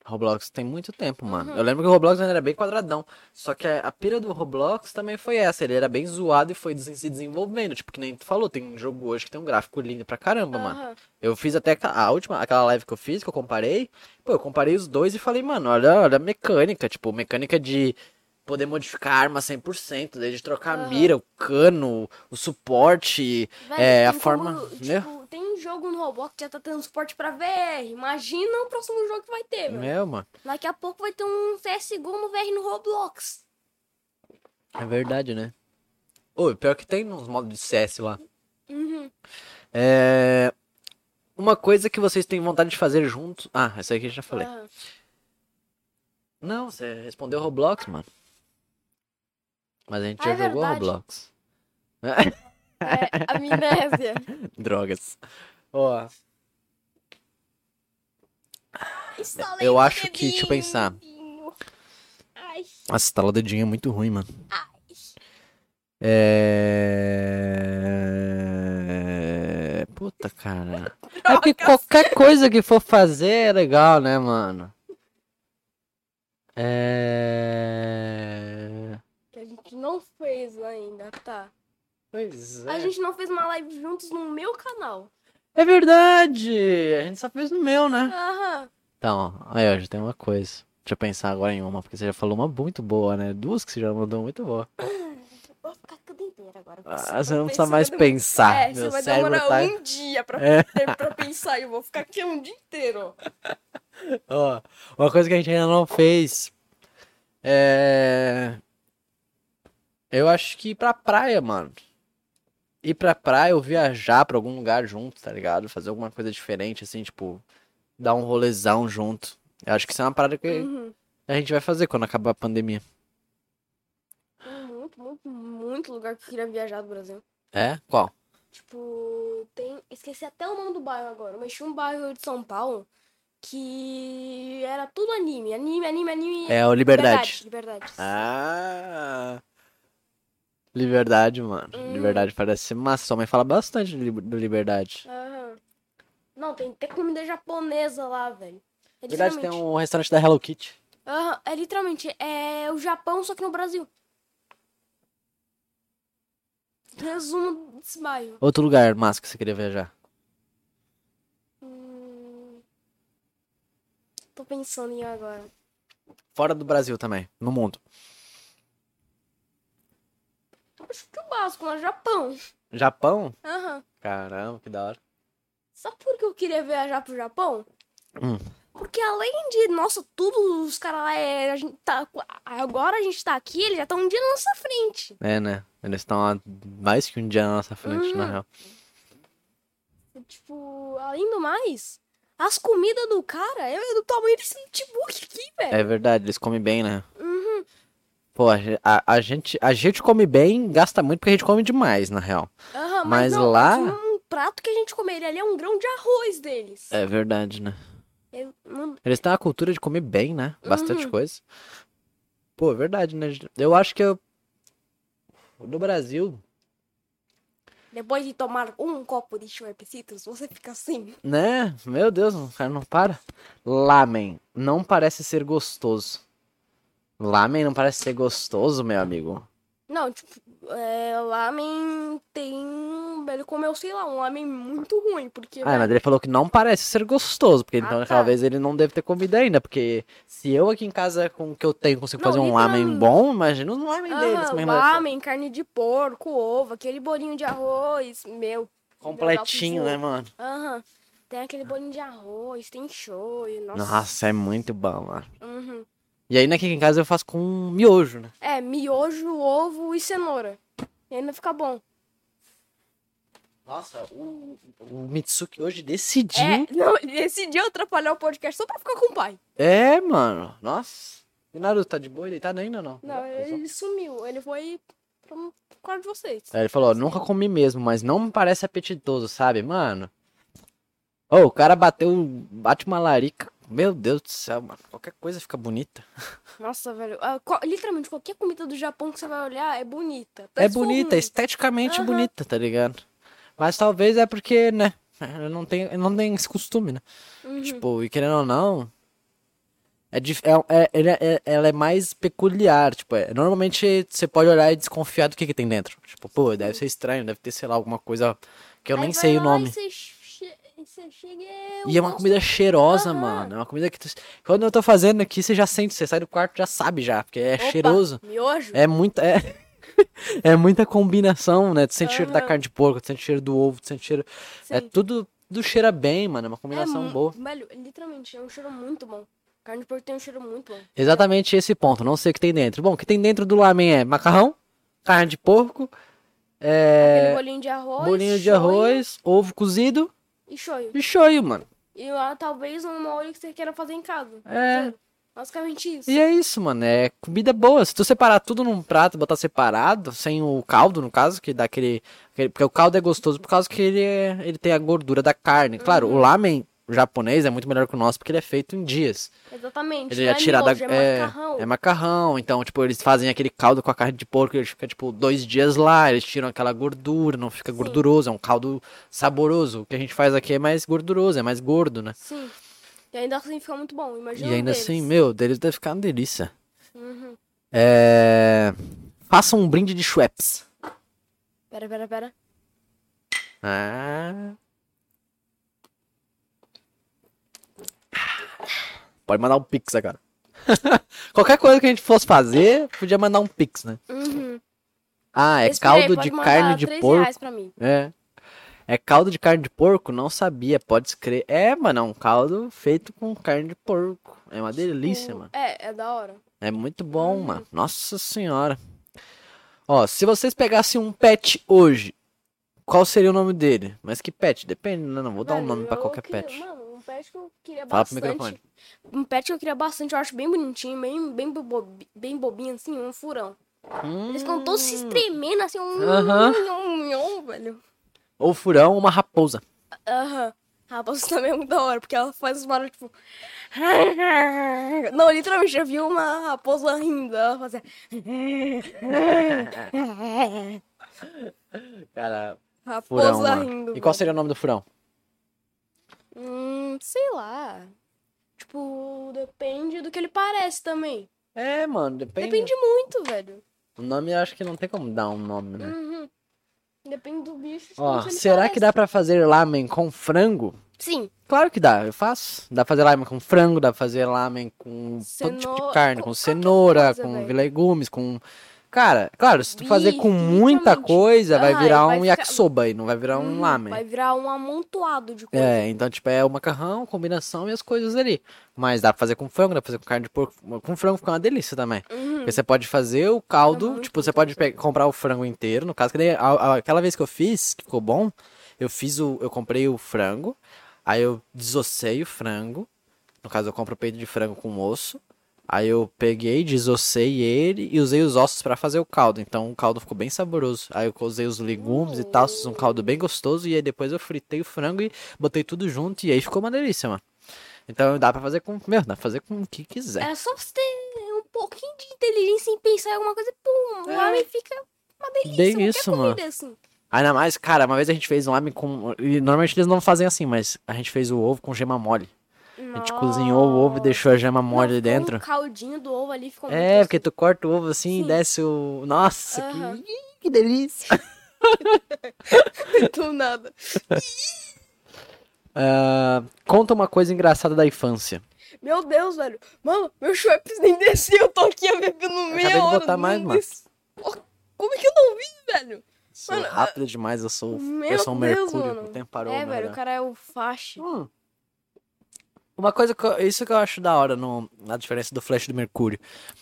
A: Roblox tem muito tempo, mano.
B: Uhum.
A: Eu lembro que o Roblox ainda era bem quadradão. Só que a a pira do Roblox também foi essa. Ele era bem zoado e foi des- se desenvolvendo. Tipo, que nem tu falou, tem um jogo hoje que tem um gráfico lindo pra caramba, mano.
B: Aham.
A: Eu fiz até aqua- a última, aquela live que eu fiz, que eu comparei. Pô, eu comparei os dois e falei, mano, olha, olha a mecânica. Tipo, mecânica de poder modificar a arma 100%, desde trocar a
B: Aham.
A: mira, o cano, o suporte.
B: Velho,
A: É, a
B: tem
A: forma-
B: como,
A: né?
B: tipo, tem jogo no Roblox que já tá tendo suporte pra VR. Imagina o próximo jogo que vai ter, velho.
A: Meu, mano.
B: Daqui a pouco vai ter um CSGO no VR no Roblox.
A: É verdade, né? Ô, pior que tem uns modos de CS lá.
B: Uhum.
A: É. Uma coisa que vocês têm vontade de fazer juntos. Ah, essa aqui eu já falei.
B: Aham.
A: Não, você respondeu Roblox, mano. Mas a gente
B: Ah,
A: já
B: é
A: jogou
B: verdade.
A: Roblox.
B: É, amnésia.
A: Drogas. Ó,
B: Estala
A: Eu
B: aí
A: acho
B: com o
A: que, deixa eu
B: dedinho,
A: pensar.
B: dedinho. Ai,
A: nossa, estala dedinho é muito ruim, mano. É. Puta, cara. É porque qualquer coisa que for fazer é legal, né, mano? É.
B: que a gente não fez ainda, tá?
A: Pois
B: A gente não fez uma live juntos no meu canal.
A: É verdade! A gente só fez no meu, né?
B: Aham.
A: Então, ó, aí ó, já tem uma coisa. Deixa eu pensar agora em uma, porque você já falou uma muito boa, né? Duas que você já mandou muito boa.
B: Vou ficar tudo inteiro agora.
A: Ah, você
B: Eu
A: não
B: penso,
A: precisa mais
B: vai demorar-
A: pensar.
B: É, você
A: Meu
B: vai
A: cérebro
B: demorar
A: tá.
B: um dia pra, pra pensar. Eu vou ficar aqui um dia inteiro.
A: Ó, uma coisa que a gente ainda não fez é. Eu acho que ir pra praia, mano. Ir pra praia ou viajar pra algum lugar junto, tá ligado? Fazer alguma coisa diferente, assim, tipo, dar um rolezão junto. Eu acho que isso é uma parada que
B: Uhum.
A: a gente vai fazer quando acabar a pandemia.
B: Muito muito, muito, muito lugar que eu queria viajar do Brasil.
A: É? Qual?
B: Tipo, tem. Esqueci até o nome do bairro agora, mas tinha um bairro de São Paulo que era tudo anime. Anime, anime, anime.
A: É o Liberdade.
B: Liberdade. liberdade.
A: Ah! Liberdade, mano.
B: Hum.
A: Liberdade parece ser massa. Sua mãe fala bastante de li- do Liberdade.
B: Aham. Não, tem até comida japonesa lá, velho. É
A: Liberdade tem
B: literalmente-
A: um restaurante da Hello Kitty.
B: Aham, é literalmente é o Japão, só que no Brasil. Resumo do desmaio.
A: Outro lugar massa que você queria viajar.
B: Hum... Tô pensando em um agora.
A: Fora do Brasil também, no mundo.
B: Acho que o básico lá, Japão.
A: Japão?
B: Aham.
A: Caramba, que da hora.
B: Sabe por que eu queria viajar pro Japão?
A: Hum.
B: Porque além de, nossa, tudo, os caras lá, é, a gente tá, agora a gente tá aqui, eles já estão um dia na nossa frente.
A: É, né? Eles estão há mais que um dia na nossa frente, na
B: Uhum.
A: real.
B: Tipo, além do mais, as comidas do cara é do tamanho desse notebook aqui, velho.
A: É verdade, eles comem bem, né? Pô, a, ge- a- a gente, a gente come bem, gasta muito porque a gente come demais, na real.
B: Aham,
A: mas lá-
B: Um prato que a gente comeria ali é um grão de arroz deles.
A: É verdade, né?
B: É, mano,
A: Eles têm a cultura de comer bem, né? Bastante
B: Uhum.
A: coisa. Pô, é verdade, né? Eu acho que eu... No Brasil,
B: depois de tomar um copo de chope citrus, você fica assim.
A: né? Meu Deus, o cara não para. Lamen não parece ser gostoso. Lamen não parece ser gostoso, meu amigo.
B: Não, tipo, é, lamen tem. Ele comeu, sei lá, um lamen muito ruim, porque.
A: Ah, mas ele falou que não parece ser gostoso, porque
B: Ah,
A: então
B: tá.
A: talvez ele não deve ter comido ainda, porque se eu aqui em casa com o que eu tenho consigo
B: Não,
A: fazer um lamen
B: literalmente.
A: bom, imagina um lamen
B: Aham,
A: deles mesmo.
B: lamen, carne de porco, ovo, aquele bolinho de arroz, meu.
A: Completinho, né, mano?
B: Aham. Tem aquele bolinho de arroz, tem shoyu, nossa.
A: Nossa, é muito bom, mano.
B: Uhum.
A: E aí, né, aqui em casa eu faço com miojo, né?
B: É, miojo, ovo e cenoura. E ainda fica bom.
A: Nossa, o, o Mitsuki hoje decidiu.
B: É, não, ele decidiu atrapalhar o podcast só pra ficar com o pai.
A: É, mano. Nossa. E Naruto tá de boa deitado ainda ou não?
B: Não, ele sumiu. Ele foi pro quarto de vocês.
A: Aí ele falou,
B: assim."
A: nunca comi mesmo, mas não me parece apetitoso, sabe, mano? Ô, o cara bateu, bate uma larica. Meu Deus do céu, mano. Qualquer coisa fica bonita.
B: Nossa, velho. ah, qual- literalmente, qualquer comida do Japão que você vai olhar é bonita.
A: É
B: Parece
A: bonita,
B: um-
A: esteticamente
B: Aham.
A: bonita, tá ligado? Mas talvez é porque, né? Eu não tenho, eu não tenho esse costume, né?
B: Uhum.
A: Tipo, e querendo ou não, é, dif- é, é, ele é- ela é mais peculiar. Tipo, é- normalmente você pode olhar e desconfiar do que, que tem dentro. Tipo, pô, deve ser estranho, deve ter, sei lá, alguma coisa que eu
B: Aí
A: nem
B: vai
A: sei o
B: lá
A: nome.
B: E você che- e você chega é um
A: E é uma
B: gosto-
A: comida cheirosa,
B: Aham.
A: mano. É uma comida que tu... quando eu tô fazendo aqui, você já sente, você sai do quarto já sabe já, porque é
B: Opa,
A: cheiroso.
B: Miojo?
A: É muita é... é muita combinação, né? Tu sente cheiro da
B: Aham.
A: carne de porco, tu sente cheiro do ovo, tu sente cheiro é
B: Sim.
A: tudo tudo cheira bem, mano, é uma combinação
B: mu-
A: boa.
B: Velho, literalmente, é um cheiro muito bom. Carne de porco tem um cheiro muito bom.
A: Exatamente esse ponto, não sei o que tem dentro. Bom, o que tem dentro do lamen é macarrão, carne de porco,
B: Aquele
A: é...
B: bolinho de arroz.
A: bolinho de
B: shoyu
A: arroz, ovo cozido
B: E shoyu.
A: e shoyu, mano.
B: E lá, talvez um molho que você queira fazer em casa.
A: É.
B: Sério. Basicamente isso.
A: E é isso, mano. É comida boa. Se tu separar tudo num prato, botar separado, sem o caldo, no caso, que dá aquele. aquele- porque o caldo é gostoso por causa que ele, é- ele tem a gordura da carne. Claro, o lamen japonês é muito melhor que o nosso porque ele é feito em dias.
B: Exatamente.
A: Ele
B: não
A: é tirado. a-
B: miojo, é macarrão.
A: é macarrão. Então, tipo, eles fazem aquele caldo com a carne de porco, ele fica, tipo, dois dias lá, eles tiram aquela gordura, não fica
B: Sim.
A: gorduroso. É um caldo saboroso. O que a gente faz aqui é mais gorduroso, é mais gordo, né?
B: Sim. E ainda assim fica muito bom, imagina.
A: E
B: um
A: ainda
B: deles.
A: assim, meu, deles deve ficar uma delícia.
B: Uhum.
A: É... Faça um brinde de Schweppes.
B: Pera, pera, pera.
A: Ah. Pode mandar um pix agora. Qualquer coisa que a gente fosse fazer, podia mandar um pix, né?
B: Uhum.
A: Ah, é
B: Esse peraí,
A: caldo
B: pode
A: de
B: mandar
A: carne de
B: 13
A: porco.
B: reais pra mim.
A: É. É caldo de carne de porco? Não sabia, pode escrever. É, mano, é um caldo feito com carne de porco. É uma
B: Tipo,
A: delícia,
B: O-
A: mano.
B: É, é da hora.
A: É muito
B: Hum.
A: bom, mano. Nossa senhora. Ó, se vocês pegassem um pet hoje, qual seria o nome dele? Mas que pet? Depende, né? Não vou dar um
B: Velho,
A: nome pra
B: eu
A: qualquer
B: queria-
A: pet.
B: Mano, um pet que eu queria
A: Fala pro
B: bastante.
A: microfone.
B: Um pet que eu queria bastante, eu acho bem bonitinho, bem, bem, bobo- bem bobinho assim, um furão.
A: Hum.
B: Eles ficam todos se estremendo, assim, um
A: Aham.
B: nhom, velho.
A: Ou furão ou uma raposa.
B: Aham. A raposa também é muito da hora, porque ela faz os barulhos, tipo... Não, literalmente, eu vi uma raposa rindo, ela fazia...
A: Cara,
B: Raposa
A: furão. mano.
B: rindo.
A: E qual
B: velho.
A: seria o nome do furão?
B: Hum, sei lá. Tipo, depende do que ele parece também.
A: É, mano, depende.
B: Depende muito, velho.
A: O nome eu acho que não tem como dar um nome, né?
B: Uhum. Depende do bicho. de
A: Ó,
B: como ele
A: será que
B: parece.
A: dá pra fazer lamen com frango?
B: Sim.
A: Claro que dá, eu faço. Dá pra fazer lamen com frango, dá pra fazer lamen com todo tipo de
B: Cenoura-
A: carne,
B: com
A: com
B: qualquer
A: cenoura,
B: coisa,
A: com
B: velho.
A: legumes, com. Cara, claro, se tu fazer com
B: Bife,
A: muita
B: literalmente.
A: coisa, vai
B: Ah,
A: virar
B: vai
A: um
B: ficar-
A: yakisoba aí, não vai virar um
B: Uhum,
A: lamen.
B: Vai virar um amontoado de coisa.
A: É, então, tipo, é o macarrão, combinação e as coisas ali. Mas dá pra fazer com frango, dá pra fazer com carne de porco. Com frango fica uma delícia também.
B: Uhum.
A: Porque você pode fazer o caldo,
B: muito
A: tipo, você pode pe- comprar o frango inteiro, no caso, que daí, a- a- aquela vez que eu fiz, que ficou bom, eu fiz o. Eu comprei o frango, aí eu desossei o frango. No caso, eu compro o peito de frango com osso. Aí eu peguei, desossei ele e usei os ossos pra fazer o caldo. Então o caldo ficou bem saboroso. Aí eu usei os legumes e tal, fiz um caldo bem gostoso. E aí depois eu fritei o frango e botei tudo junto. E aí ficou uma delícia, mano. Então dá pra fazer com. Meu, dá pra fazer com o que quiser.
B: É só você ter um pouquinho de inteligência em pensar em alguma coisa, pum,
A: É.
B: lá me fica uma delícia.
A: Bem
B: qualquer
A: isso, mano.
B: comida, assim.
A: Ainda mais, cara, uma vez a gente fez um lamen com. e normalmente eles não fazem assim, mas a gente fez o ovo com gema mole. A gente cozinhou o ovo e deixou a gema mole
B: Não, ficou
A: dentro.
B: O caldinho do ovo ali ficou
A: É,
B: muito
A: porque tu corta o ovo assim e
B: Sim.
A: desce o. Nossa, que-
B: Aham.
A: que, delícia!
B: gostoso, do nada.
A: Ah, conta uma coisa engraçada da infância.
B: Meu Deus, velho. Mano, meu Schweppes nem desceu, eu tô aqui a bebendo meia
A: acabei de
B: hora.
A: botar
B: não
A: mais, mano.
B: desce. Ó, Como é que eu não vi, velho?
A: Sou
B: Mano,
A: rápido demais, eu sou.
B: Meu
A: Eu sou um
B: Deus,
A: mercúrio,
B: mano.
A: o tempo parou. né?
B: é,
A: na
B: velho, o
A: verdade.
B: cara é o fache.
A: Hum. Uma coisa que eu- isso que eu acho da hora no, na diferença do Flash e do Mercúrio.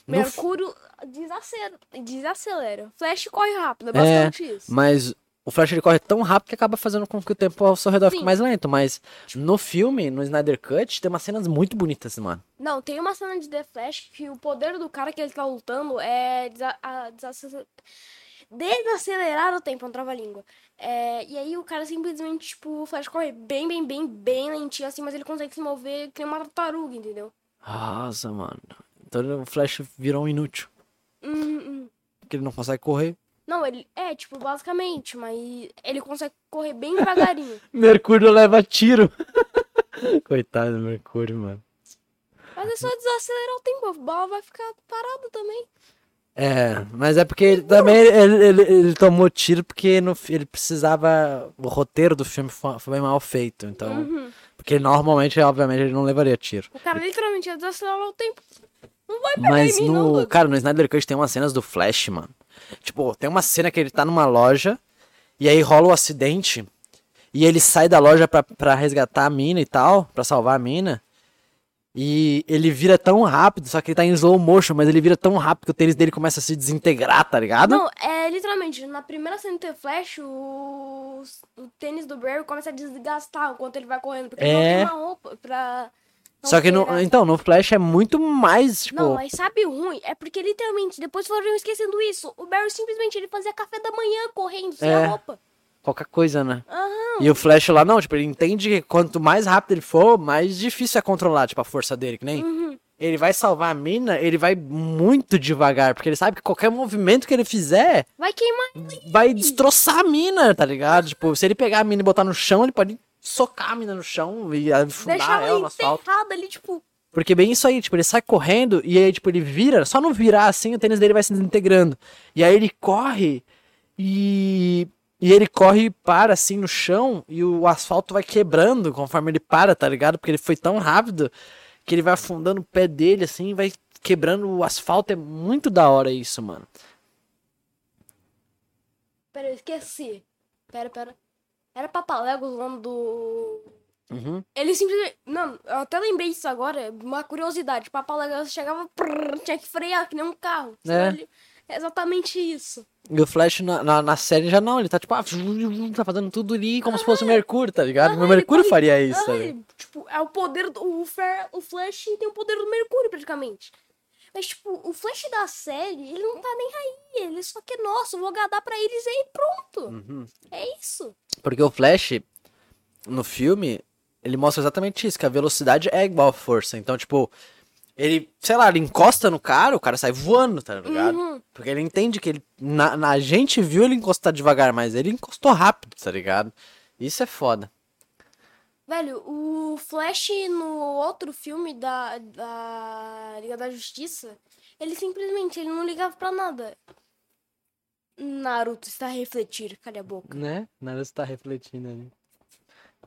A: No f-
B: Mercúrio desacelera, desacelera. Flash corre rápido, é
A: É,
B: bastante isso.
A: Mas o Flash ele corre tão rápido que acaba fazendo com que o tempo ao seu redor fique
B: Sim.
A: mais lento. Mas no filme, no Snyder Cut, tem umas cenas muito bonitas, mano.
B: Não, tem uma cena de The Flash que o poder do cara que ele tá lutando é desa a- desace- desacelerar o tempo, é um trava-língua. É, e aí o cara simplesmente, tipo, o Flash corre bem, bem, bem, bem lentinho, assim, mas ele consegue se mover que nem uma tartaruga, entendeu?
A: Nossa, mano. Então o Flash virou um inútil.
B: Hum, hum.
A: Porque ele não consegue correr.
B: Não, ele é, tipo, basicamente, mas ele consegue correr bem devagarinho.
A: Mercúrio leva tiro. Coitado do Mercúrio, mano.
B: mas é só desacelerar o tempo, a bola vai ficar parada também.
A: É, mas é porque ele também ele, ele, ele tomou tiro porque no, fi- ele precisava. O roteiro do filme foi, foi bem mal feito. Então.
B: Uhum.
A: Porque normalmente, obviamente, ele não levaria tiro.
B: O cara literalmente ia desacelerar o tempo. Não vai pegar
A: Mas
B: em mim, não,
A: no.
B: Doug.
A: Cara, no Snyder Cut tem umas cenas do Flash, mano. Tipo, tem uma cena que ele tá numa loja e aí rola o acidente. E ele sai da loja pra, pra resgatar a mina e tal, pra salvar a mina. E ele vira tão rápido, só que ele tá em slow motion, mas ele vira tão rápido que o tênis dele começa a se desintegrar, tá ligado?
B: Não, é literalmente, na primeira cena do The Flash, o, o tênis do Barry começa a desgastar enquanto ele vai correndo, porque não
A: É.
B: tem uma roupa pra. não
A: Só que no,
B: pegar.
A: então, no Flash é muito mais, tipo.
B: Não, mas sabe o ruim? É porque literalmente, depois foram esquecendo isso. O Barry simplesmente ele fazia café da manhã correndo sem
A: É.
B: a roupa.
A: Qualquer coisa, né?
B: Aham.
A: E o Flash lá, não, tipo, ele entende que quanto mais rápido ele for, mais difícil é controlar, tipo, a força dele, que nem.
B: Uhum.
A: Ele vai salvar a mina, ele vai muito devagar, porque ele sabe que qualquer movimento que ele fizer
B: Vai queimar.
A: vai destroçar a mina, tá ligado? Tipo, se ele pegar a mina e botar no chão, ele pode socar a mina no chão e afundar
B: Deixar
A: ela
B: ela
A: no asfalto.
B: enterrada ali, tipo.
A: Porque bem isso aí, tipo, ele sai correndo e aí, tipo, ele vira, só não virar assim, o tênis dele vai se desintegrando. E aí ele corre e. E ele corre e para assim no chão e o asfalto vai quebrando conforme ele para, tá ligado? Porque ele foi tão rápido que ele vai afundando o pé dele assim, vai quebrando o asfalto. É muito da hora isso, mano.
B: Pera, eu esqueci. Pera, pera. Era Papalegos o nome do.
A: Uhum.
B: Ele simplesmente. Não, eu até lembrei disso agora, uma curiosidade. Papalagas chegava, prrr, tinha que frear, que nem um carro. Senão
A: É.
B: ele- é exatamente isso.
A: E o Flash na, na, na série já não, ele tá tipo, ah, tá fazendo tudo ali como se fosse o Mercúrio, tá ligado?
B: Ah, Aham,
A: O
B: ele
A: Mercúrio
B: corre-
A: faria isso,
B: Ah,
A: tá ligado?
B: ele, tipo, é o poder do. O, Fer, o Flash tem o poder do Mercúrio, praticamente. Mas, tipo, o flash da série, ele não tá nem aí. Ele só quer, nossa, eu vou agradar pra eles e aí pronto.
A: Uhum.
B: É isso.
A: Porque o Flash, no filme, ele mostra exatamente isso, que a velocidade é igual a força. Então, tipo, ele, sei lá, ele encosta no cara, o cara sai voando, tá ligado?
B: Uhum.
A: Porque ele entende que ele. Na, na- a gente viu ele encostar devagar, mas ele encostou rápido, tá ligado? Isso é foda.
B: Velho, o Flash no outro filme da, da Liga da Justiça, ele simplesmente ele não ligava pra nada. Naruto está a refletir, calha a boca.
A: Né? Nada está refletindo ali.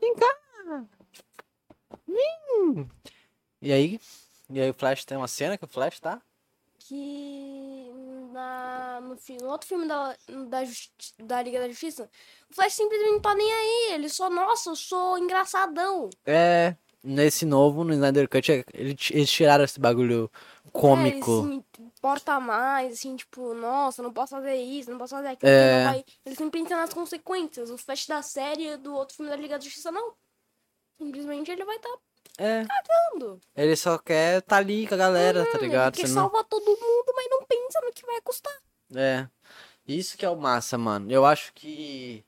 A: Vem cá! Vem! E aí? E aí o Flash tem uma cena que o Flash tá?
B: que na, no, fi- no outro filme da, da, Justi- da Liga da Justiça, o Flash simplesmente não tá nem aí. Ele só, nossa, eu sou engraçadão.
A: É. Nesse novo, no Snyder Cut, é- ele ti- eles tiraram esse bagulho
B: É,
A: cômico.
B: ele se importa mais, assim, tipo, nossa, não posso fazer isso, não posso fazer aquilo.
A: É.
B: Ele, não vai, ele sempre pensa nas consequências. O Flash da série do outro filme da Liga da Justiça, não. Simplesmente ele vai estar tá
A: É.
B: dando.
A: Ele só quer tá ali com a galera, tá ligado?
B: Porque
A: Você não-
B: salva todo mundo, mas não pensa no que vai custar.
A: É. Isso que é o massa, mano. Eu acho que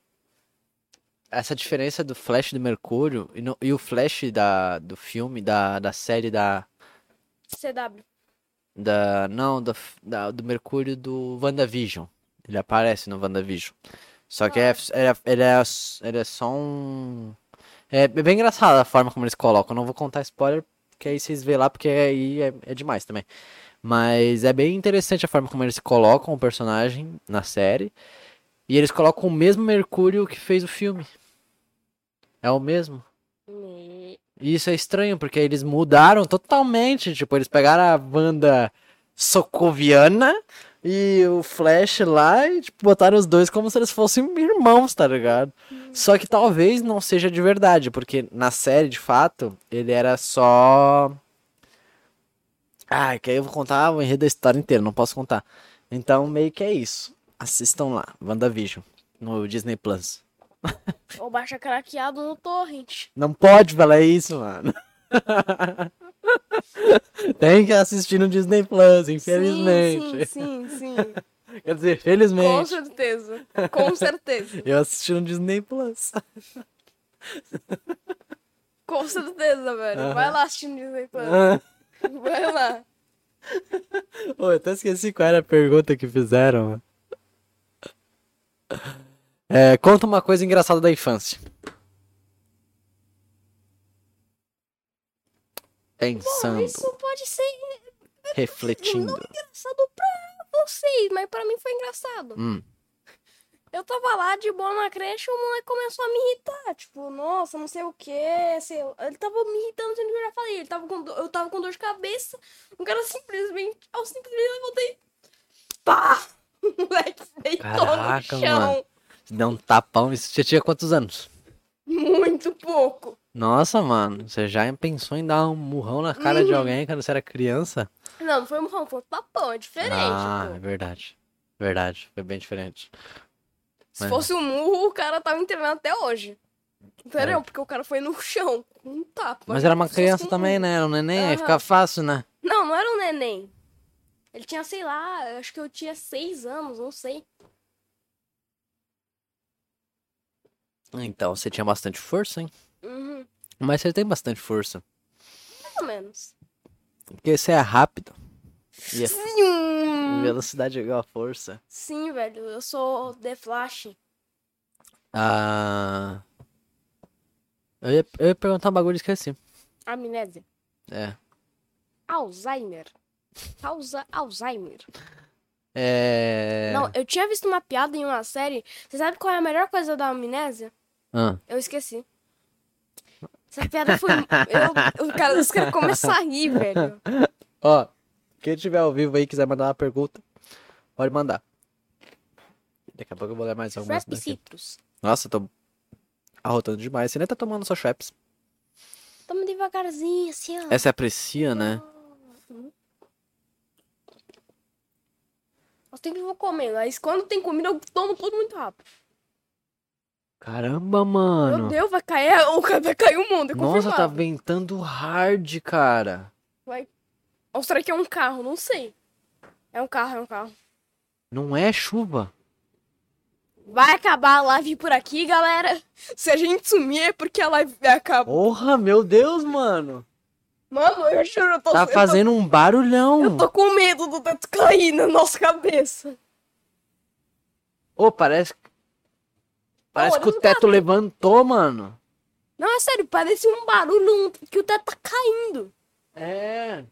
A: essa diferença do Flash do Mercúrio e, no- e o Flash da, do filme, da, da série da,
B: CW.
A: da. Não, da, f- da- do Mercúrio do WandaVision. Ele aparece no WandaVision. Só que é, ele, é, ele, é, s- ele é só um. É bem engraçado a forma como eles colocam. Não vou contar spoiler, porque aí vocês vê lá, porque aí é, é demais também. Mas é bem interessante a forma como eles colocam o personagem na série. E eles colocam o mesmo Mercúrio que fez o filme. É o mesmo. E isso é estranho, porque eles mudaram totalmente. Tipo, eles pegaram a banda socoviana e o Flash lá e tipo, botaram os dois como se eles fossem irmãos, tá ligado? Só que talvez não seja de verdade, porque na série, de fato, ele era só. Ah, que aí eu vou contar o enredo da história inteira, não posso contar. Então, meio que é isso. Assistam lá, WandaVision, no Disney Plus.
B: Ou baixa craqueado no torrent.
A: Não pode falar isso, mano. Tem que assistir no Disney Plus, infelizmente.
B: Sim, sim, sim. sim.
A: Quer dizer,
B: Com
A: felizmente.
B: certeza. Com certeza.
A: Eu assisti no Disney Plus.
B: Com certeza, velho.
A: Aham.
B: Vai lá assistindo Disney Plus. Vai lá.
A: Ô, eu até esqueci qual era a pergunta que fizeram. mano. É, conta uma coisa engraçada da infância. Pensando,
B: Isso é pode ser
A: refletindo.
B: engraçado pra vocês, mas pra mim foi engraçado.
A: Hum.
B: Eu tava lá de boa na creche e o moleque começou a me irritar. Tipo, nossa, não sei o que. Sei... lá. Ele tava me irritando, sendo que eu já falei. Ele tava com do- Eu tava com dor de cabeça. O cara simplesmente. Eu simplesmente levantei. Pá! O moleque deitou
A: Caraca,
B: no chão.
A: mano. Se der um tapão, isso já tinha quantos anos?
B: Muito pouco.
A: Nossa, mano, você já pensou em dar um murrão na cara de
B: Uhum.
A: alguém quando você era criança?
B: Não, não foi um murrão, foi um papão, é diferente.
A: ah,
B: pô.
A: é verdade. Verdade, foi bem diferente.
B: Se
A: Mas-
B: fosse um murro, o cara tava internado até hoje. Entendeu?
A: É.
B: Porque o cara foi no chão, com um tapa.
A: Mas era uma
B: Se fosse
A: criança
B: um
A: também, né? Era um neném, aí
B: Aham.
A: ficava fácil, né?
B: murro. Não, não era um neném. Ele tinha, sei lá, acho que eu tinha seis anos, não sei.
A: Então, você tinha bastante força, hein?
B: Uhum,
A: Mas você tem bastante força,
B: mais ou menos.
A: porque você é rápido. E a
B: Sim,
A: velocidade é igual a força.
B: Sim, velho, eu sou The Flash.
A: Ah... Eu ia, eu ia perguntar um bagulho e esqueci.
B: Amnésia.
A: É.
B: Alzheimer. Causa Alzheimer.
A: É...
B: Não, eu tinha visto uma piada em uma série. Você sabe qual é a melhor coisa da amnésia?
A: Ah.
B: Eu esqueci. Essa piada foi. um, Eu, o cara, os caras começam a rir, velho.
A: Ó, quem tiver ao vivo aí e quiser mandar uma pergunta, pode mandar. Daqui a pouco eu vou ler mais algumas
B: Rap
A: daqui.
B: Citrus.
A: Nossa, eu tô arrotando demais. Você nem tá tomando só Schweppes.
B: Toma devagarzinho, assim, ó.
A: Essa aprecia, né?
B: Eu sempre vou comendo. Mas quando tem comida, eu tomo tudo muito rápido.
A: Caramba,
B: Meu
A: mano.
B: Deus, vai cair. Ou vai cair o mundo. É
A: Nossa, tá
B: confirmado.
A: ventando hard, cara.
B: Vai Ou será que é um carro? Não sei. É um carro, é um carro.
A: Não é chuva.
B: Vai acabar a live por aqui, galera. Se a gente sumir é porque a live acabou.
A: Porra, meu Deus, mano.
B: Mano, eu juro, eu tô,
A: Tá
B: eu tô-
A: fazendo um
B: eu, tô,
A: barulhão.
B: com medo do teto cair na nossa cabeça.
A: Ô, parece. Parece
B: olha tá-
A: que o
B: no
A: teto levantou, mano.
B: Não, é sério, parece um barulho um- que o teto tá caindo.
A: É.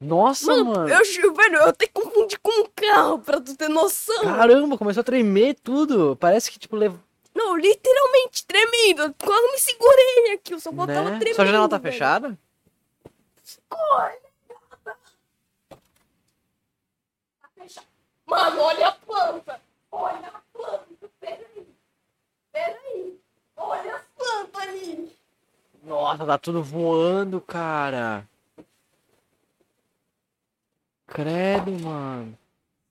A: Nossa,
B: Mano,
A: mano.
B: eu juro, velho, eu até confundi com um carro pra tu ter noção.
A: Caramba, começou a tremer tudo. Parece que, tipo, levou.
B: Não, literalmente tremendo. Eu quase me segurei aqui, eu só faltava
A: Né?
B: tremendo.
A: Sua janela tá
B: velho.
A: fechada?
B: Mano, olha a planta. Olha a planta. Peraí. Peraí. Olha as plantas ali.
A: Nossa, tá tudo voando, cara. Credo, mano.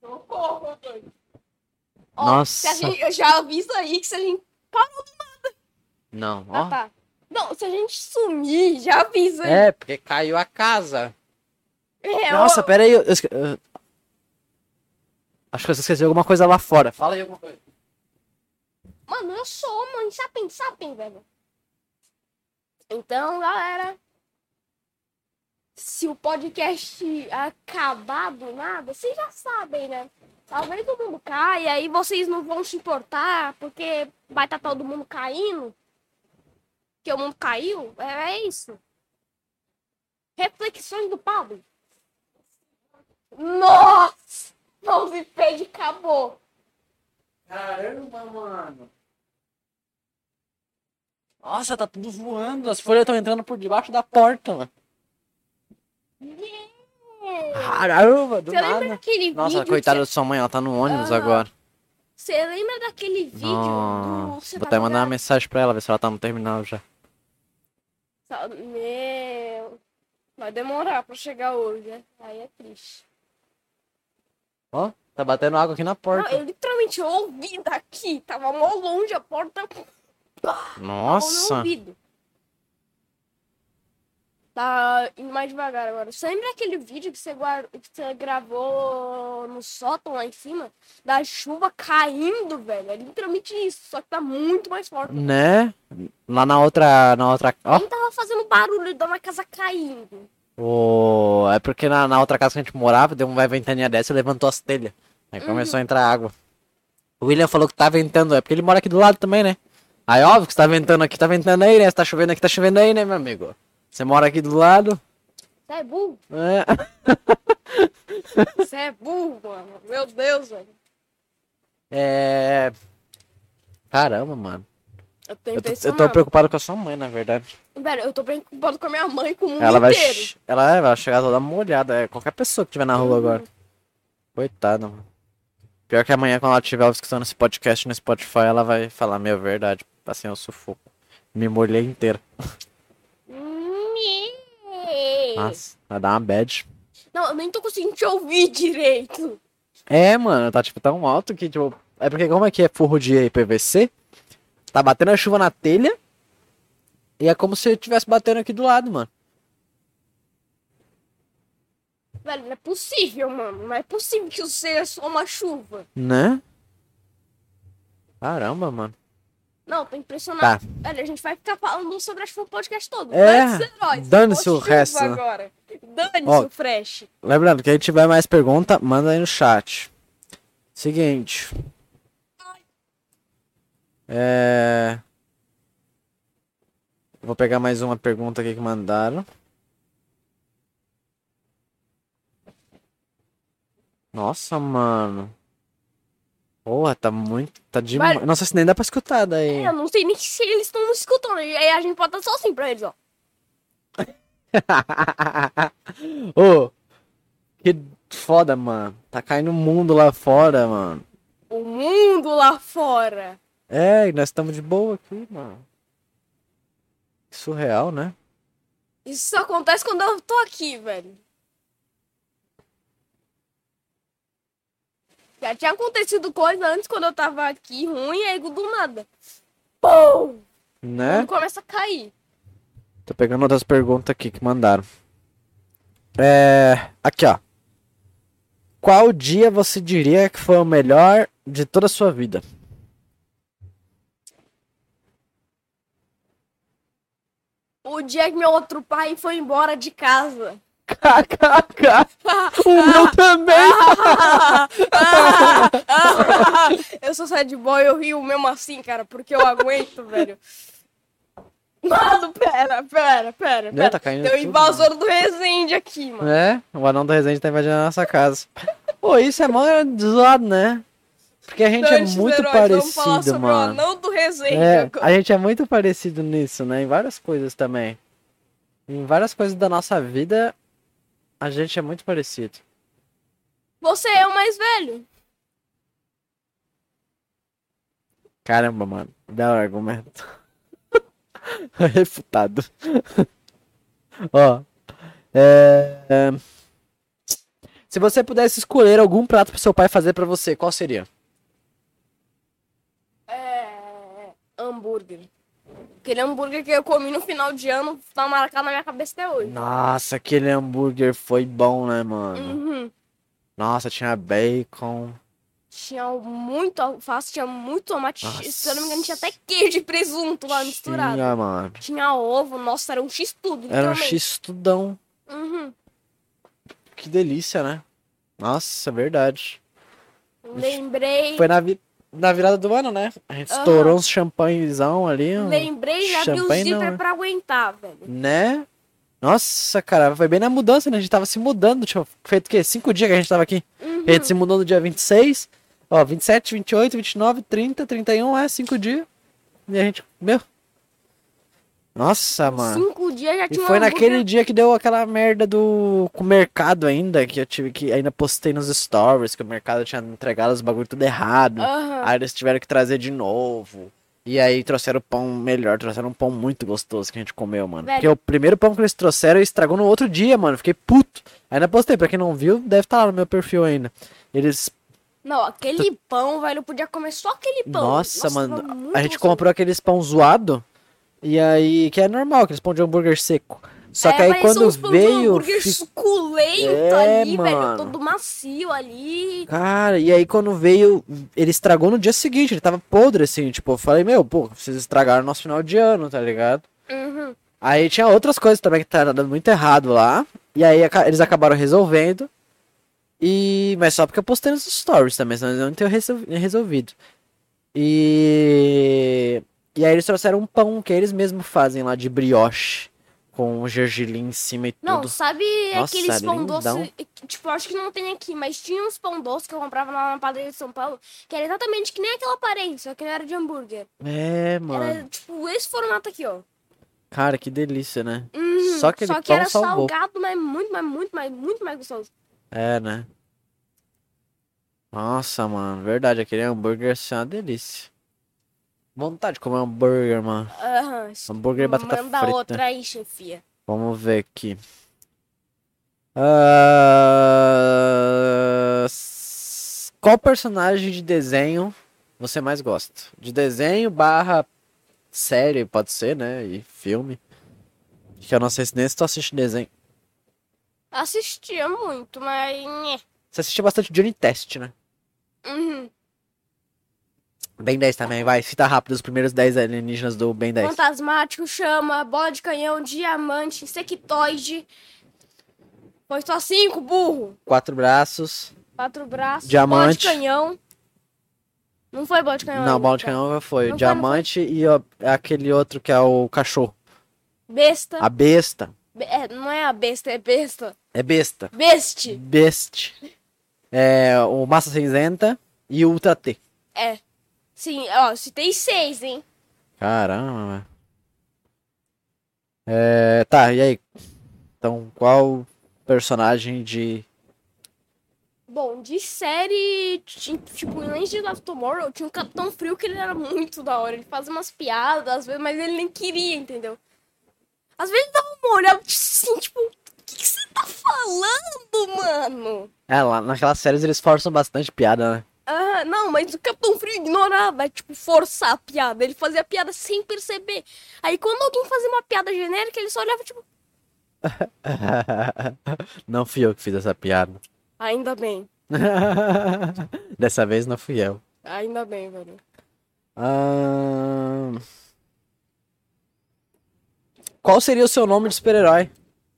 B: Socorro, doido. Ó, Se
A: Nossa.
B: a gente, eu já aviso aí que se a gente. Parou do
A: Não,
B: ah,
A: ó.
B: tá. Não, se a gente sumir, já avisa aí.
A: É, porque caiu a casa.
B: É, ó,
A: Nossa, pera aí. eu- eu esque- eu- Acho que eu esqueci alguma coisa lá fora. Fala aí alguma coisa.
B: Mano, eu sou, mano. Sapem, sapem, velho. Então, galera. Se o podcast acabar do nada, vocês já sabem, né? Talvez todo mundo caia aí vocês não vão se importar porque vai estar todo mundo caindo. Que o mundo caiu. É, é isso. Reflexões do Pablo. Nossa! Não se pede, acabou.
A: Caramba, mano. Nossa, tá tudo voando. As folhas estão entrando por debaixo da porta, mano. Caramba, do
B: Você lembra
A: nada.
B: daquele
A: Nossa,
B: vídeo?
A: coitada da sua mãe, ela tá no ônibus
B: Ah,
A: agora.
B: Você lembra daquele vídeo do.
A: Nossa,
B: Você
A: vou
B: tá
A: até mandar uma
B: ligado?
A: mensagem pra ela, ver se ela tá no terminal já.
B: Só- Meu. Vai demorar pra chegar hoje, né? Aí é triste.
A: Ó, tá batendo água aqui na
B: Não,
A: porta.
B: eu literalmente eu ouvi daqui. Tava mó longe a porta. Pá, tava no meu
A: Nossa.
B: ouvido. Tá indo mais devagar agora. Você lembra aquele vídeo que você, guar- que você gravou no sótão lá em cima? Da chuva caindo, velho. É literalmente isso. Só que tá muito mais forte.
A: Né? Lá na outra. Na outra. Ó.
B: Não tava fazendo barulho da uma casa caindo.
A: o- É porque na, na outra casa que a gente morava, deu uma ventania dessa e levantou as telhas.
B: Uhum.
A: Aí começou a entrar água. O William falou que tá ventando, é porque ele mora aqui do lado também, né? Aí óbvio que você tá ventando aqui, tá ventando aí, né? Se tá chovendo aqui, tá chovendo aí, né, meu amigo? Você mora aqui do lado.
B: Você é burro?
A: né?
B: Você é burro, mano. Meu Deus, velho.
A: É. Caramba, mano.
B: Eu
A: Eu
B: tô
A: tô, eu
B: impressionado.
A: tô preocupado com a sua mãe, na verdade.
B: Velho, eu tô preocupado com a minha mãe e com o mundo
A: Ela vai,
B: Um inteiro.
A: che- ela é, vai chegar toda molhada. É, qualquer pessoa que tiver na
B: Uhum.
A: rua agora. Coitada, mano. Pior que amanhã, quando ela estiver escutando esse podcast no Spotify, ela vai falar: Meu, verdade, passei um sufoco. Me molhei inteira.
B: Nhê.
A: Nossa, vai dar uma bad.
B: Não, eu nem tô conseguindo te ouvir direito.
A: É, mano, tá tipo tão alto que, tipo. É porque, como é que é forro de PVC? Tá batendo a chuva na telha. E é como se eu estivesse batendo aqui do lado, mano.
B: Velho, não é possível, mano. Não é possível que isso seja só uma chuva.
A: Né? Caramba, mano.
B: Não, tô impressionado.
A: Tá.
B: Velho, a gente vai ficar falando sobre a chuva o podcast todo.
A: É,
B: Dane-se, heróis.
A: dane-se o
B: Chuva
A: resto, né?
B: agora. Dane-se
A: Ó.
B: o fresh.
A: Lembrando, quem tiver mais pergunta, manda aí no chat. Seguinte. É... Vou pegar mais uma pergunta aqui que mandaram. Nossa, mano. Porra, tá muito. Tá demais.
B: Vai-
A: Nossa, se nem dá pra escutar daí.
B: É, eu não sei nem se eles estão nos escutando. E aí a gente pode dar só assim pra eles, ó.
A: Ô, que foda, mano. Tá caindo o mundo lá fora, mano.
B: O mundo lá fora.
A: É, e nós estamos de boa aqui, mano. Que Surreal, né?
B: Isso só acontece quando eu tô aqui, velho. Já tinha acontecido coisa antes quando eu tava aqui ruim, aí do nada. Pum!
A: Né?
B: Começa a cair.
A: É? Tô pegando outras perguntas aqui que mandaram. É, aqui, ó. Qual dia você diria que foi o melhor de toda a sua vida?
B: O dia que meu outro pai foi embora de casa.
A: KKK! O meu também!
B: eu sou sad boy, eu rio mesmo assim, cara, porque eu aguento, velho. Mano, pera, pera, pera,
A: Né,
B: pera.
A: tá caindo
B: Tem um
A: tudo,
B: invasor do Resende aqui, mano.
A: É, o anão do Resende tá invadindo a nossa casa. Pô, isso é mó zoado, né? Porque a gente
B: Dantes,
A: é muito
B: heróis, Vamos falar
A: parecido,
B: sobre o
A: mano.
B: anão do Resende.
A: É,
B: agora.
A: a gente é muito parecido nisso, né? Em várias coisas também. Em várias coisas da nossa vida, a gente é muito parecido.
B: Você é o mais velho.
A: Caramba, mano. Dá o argumento. Refutado. Ó. é, é, Se você pudesse escolher algum prato pro seu pai fazer pra você, qual seria?
B: É. Hambúrguer. Aquele hambúrguer que eu comi no final de ano tá marcado na minha cabeça até hoje.
A: Nossa, aquele hambúrguer foi bom, né, mano?
B: Uhum.
A: Nossa, tinha bacon.
B: Tinha muito alface, tinha muito tomate.
A: Nossa.
B: Se eu não me engano, tinha até queijo e presunto lá misturado.
A: Tinha, mano.
B: Tinha ovo, nossa, era um X tudo.
A: Era um
B: literalmente.
A: x-tudão.
B: Uhum.
A: Que delícia, né? Nossa, é verdade.
B: Lembrei.
A: Foi na, vi- na virada do ano, né? A gente
B: Aham.
A: estourou uns champanhezão ali. um-
B: Lembrei, já vi o
A: champanhe não,
B: zíper
A: né?
B: pra aguentar, velho.
A: Né? Nossa, cara, foi bem na mudança, né? A gente tava se mudando, tinha feito o quê? Cinco dias que a gente tava aqui. A gente se mudou no dia 26, ó, 27, 28, 29, 30, 31, é, cinco dias. E a gente, meu. Nossa, mano.
B: Cinco dias já
A: E
B: tinha um
A: foi naquele
B: hambúrguer.
A: dia que deu aquela merda do com o mercado ainda, que eu tive que ainda postei nos stories que o mercado tinha entregado os bagulho tudo errado.
B: Aham.
A: Aí eles tiveram que trazer de novo. E aí trouxeram pão melhor, trouxeram um pão muito gostoso que a gente comeu, mano.
B: Velho.
A: Porque o primeiro pão que eles trouxeram estragou no outro dia, mano. Fiquei puto. Ainda postei, pra quem não viu, deve estar lá no meu perfil ainda. Eles.
B: Não, aquele pão, velho, eu podia comer só aquele pão.
A: Nossa, mano,
B: tava muito
A: a gente
B: gostoso.
A: comprou aqueles pão zoado. E aí, que é normal, aqueles pão de hambúrguer seco. Só que
B: É,
A: aí
B: mas são
A: quando
B: uns pão de
A: veio.
B: hambúrguer
A: fi-
B: suculento
A: É,
B: ali, velho,
A: mano.
B: todo macio ali.
A: Cara, e aí quando veio, ele estragou no dia seguinte, ele tava podre, assim, tipo, eu falei, meu, pô, vocês estragaram nosso final de ano, tá ligado?
B: Uhum.
A: Aí tinha outras coisas também que tá dando muito errado lá. E aí aca- eles acabaram resolvendo. E. Mas só porque eu postei nos stories também, senão eles não tinham resol- resolvido. E. E aí eles trouxeram um pão que eles mesmos fazem lá de brioche. Com gergelim em cima e
B: Não,
A: tudo.
B: sabe
A: Nossa, é
B: aqueles pão
A: lindão.
B: doce, tipo, acho que não tem aqui, mas tinha uns pão doce que eu comprava lá na padaria de São Paulo, que era exatamente que nem aquela aparência, só que não era de hambúrguer.
A: É, mano.
B: Era, tipo, esse formato aqui, ó.
A: Cara, que delícia, né?
B: Uhum.
A: Só aquele
B: só que
A: pão
B: era
A: salvou.
B: salgado, mas muito, mas muito, mas muito mais gostoso.
A: É, né? Nossa, mano, verdade, aquele hambúrguer assim é uma delícia. Vontade de comer hambúrguer, mano.
B: Aham.
A: Hambúrguer e batata
B: Manda
A: frita.
B: outra aí, chefia.
A: Vamos ver aqui. Ah, s- Qual personagem de desenho você mais gosta? De desenho barra série, pode ser, né? E filme. Que eu não sei se nem se tu assiste desenho.
B: Assistia muito, mas. nhé.
A: Você assiste bastante Johnny Test, né?
B: Uhum.
A: Ben 10 também, vai. Cita rápido os primeiros 10 alienígenas do Ben 10.
B: Fantasmático, chama, bola de canhão, diamante, insectoide. Foi só cinco, burro.
A: Quatro braços.
B: Quatro braços. Bola de
A: Diamante.
B: canhão. Não foi bola de canhão. é
A: Não,
B: ainda.
A: bola de canhão já foi.
B: Não foi, não
A: Diamante e ó, aquele outro que é o cachorro.
B: Besta.
A: A besta.
B: Be- é, não é a besta, é besta.
A: É besta.
B: Beste.
A: Best. É, o Massa Cinzenta e o Ultra T.
B: É. Sim, ó, citei seis, hein?
A: Caramba, velho. É, tá, e aí? Então, qual personagem de.
B: Bom, de série, ti- tipo, em Legend of Tomorrow, tinha um Capitão Frio que ele era muito da hora. Ele fazia umas piadas, às vezes, mas ele nem queria, entendeu? Às vezes dava uma olhada assim, tipo, o que que você tá falando, mano?
A: É, lá naquelas séries eles forçam bastante piada, né?
B: Ah, não, mas o Capitão Frio ignorava, tipo, forçar a piada. Ele fazia a piada sem perceber. Aí quando alguém fazia uma piada genérica, ele só olhava, tipo,
A: Não fui eu que fiz essa piada.
B: Ainda bem.
A: Dessa vez não fui eu.
B: Ainda bem, velho.
A: Ahn. Qual seria o seu nome de super-herói?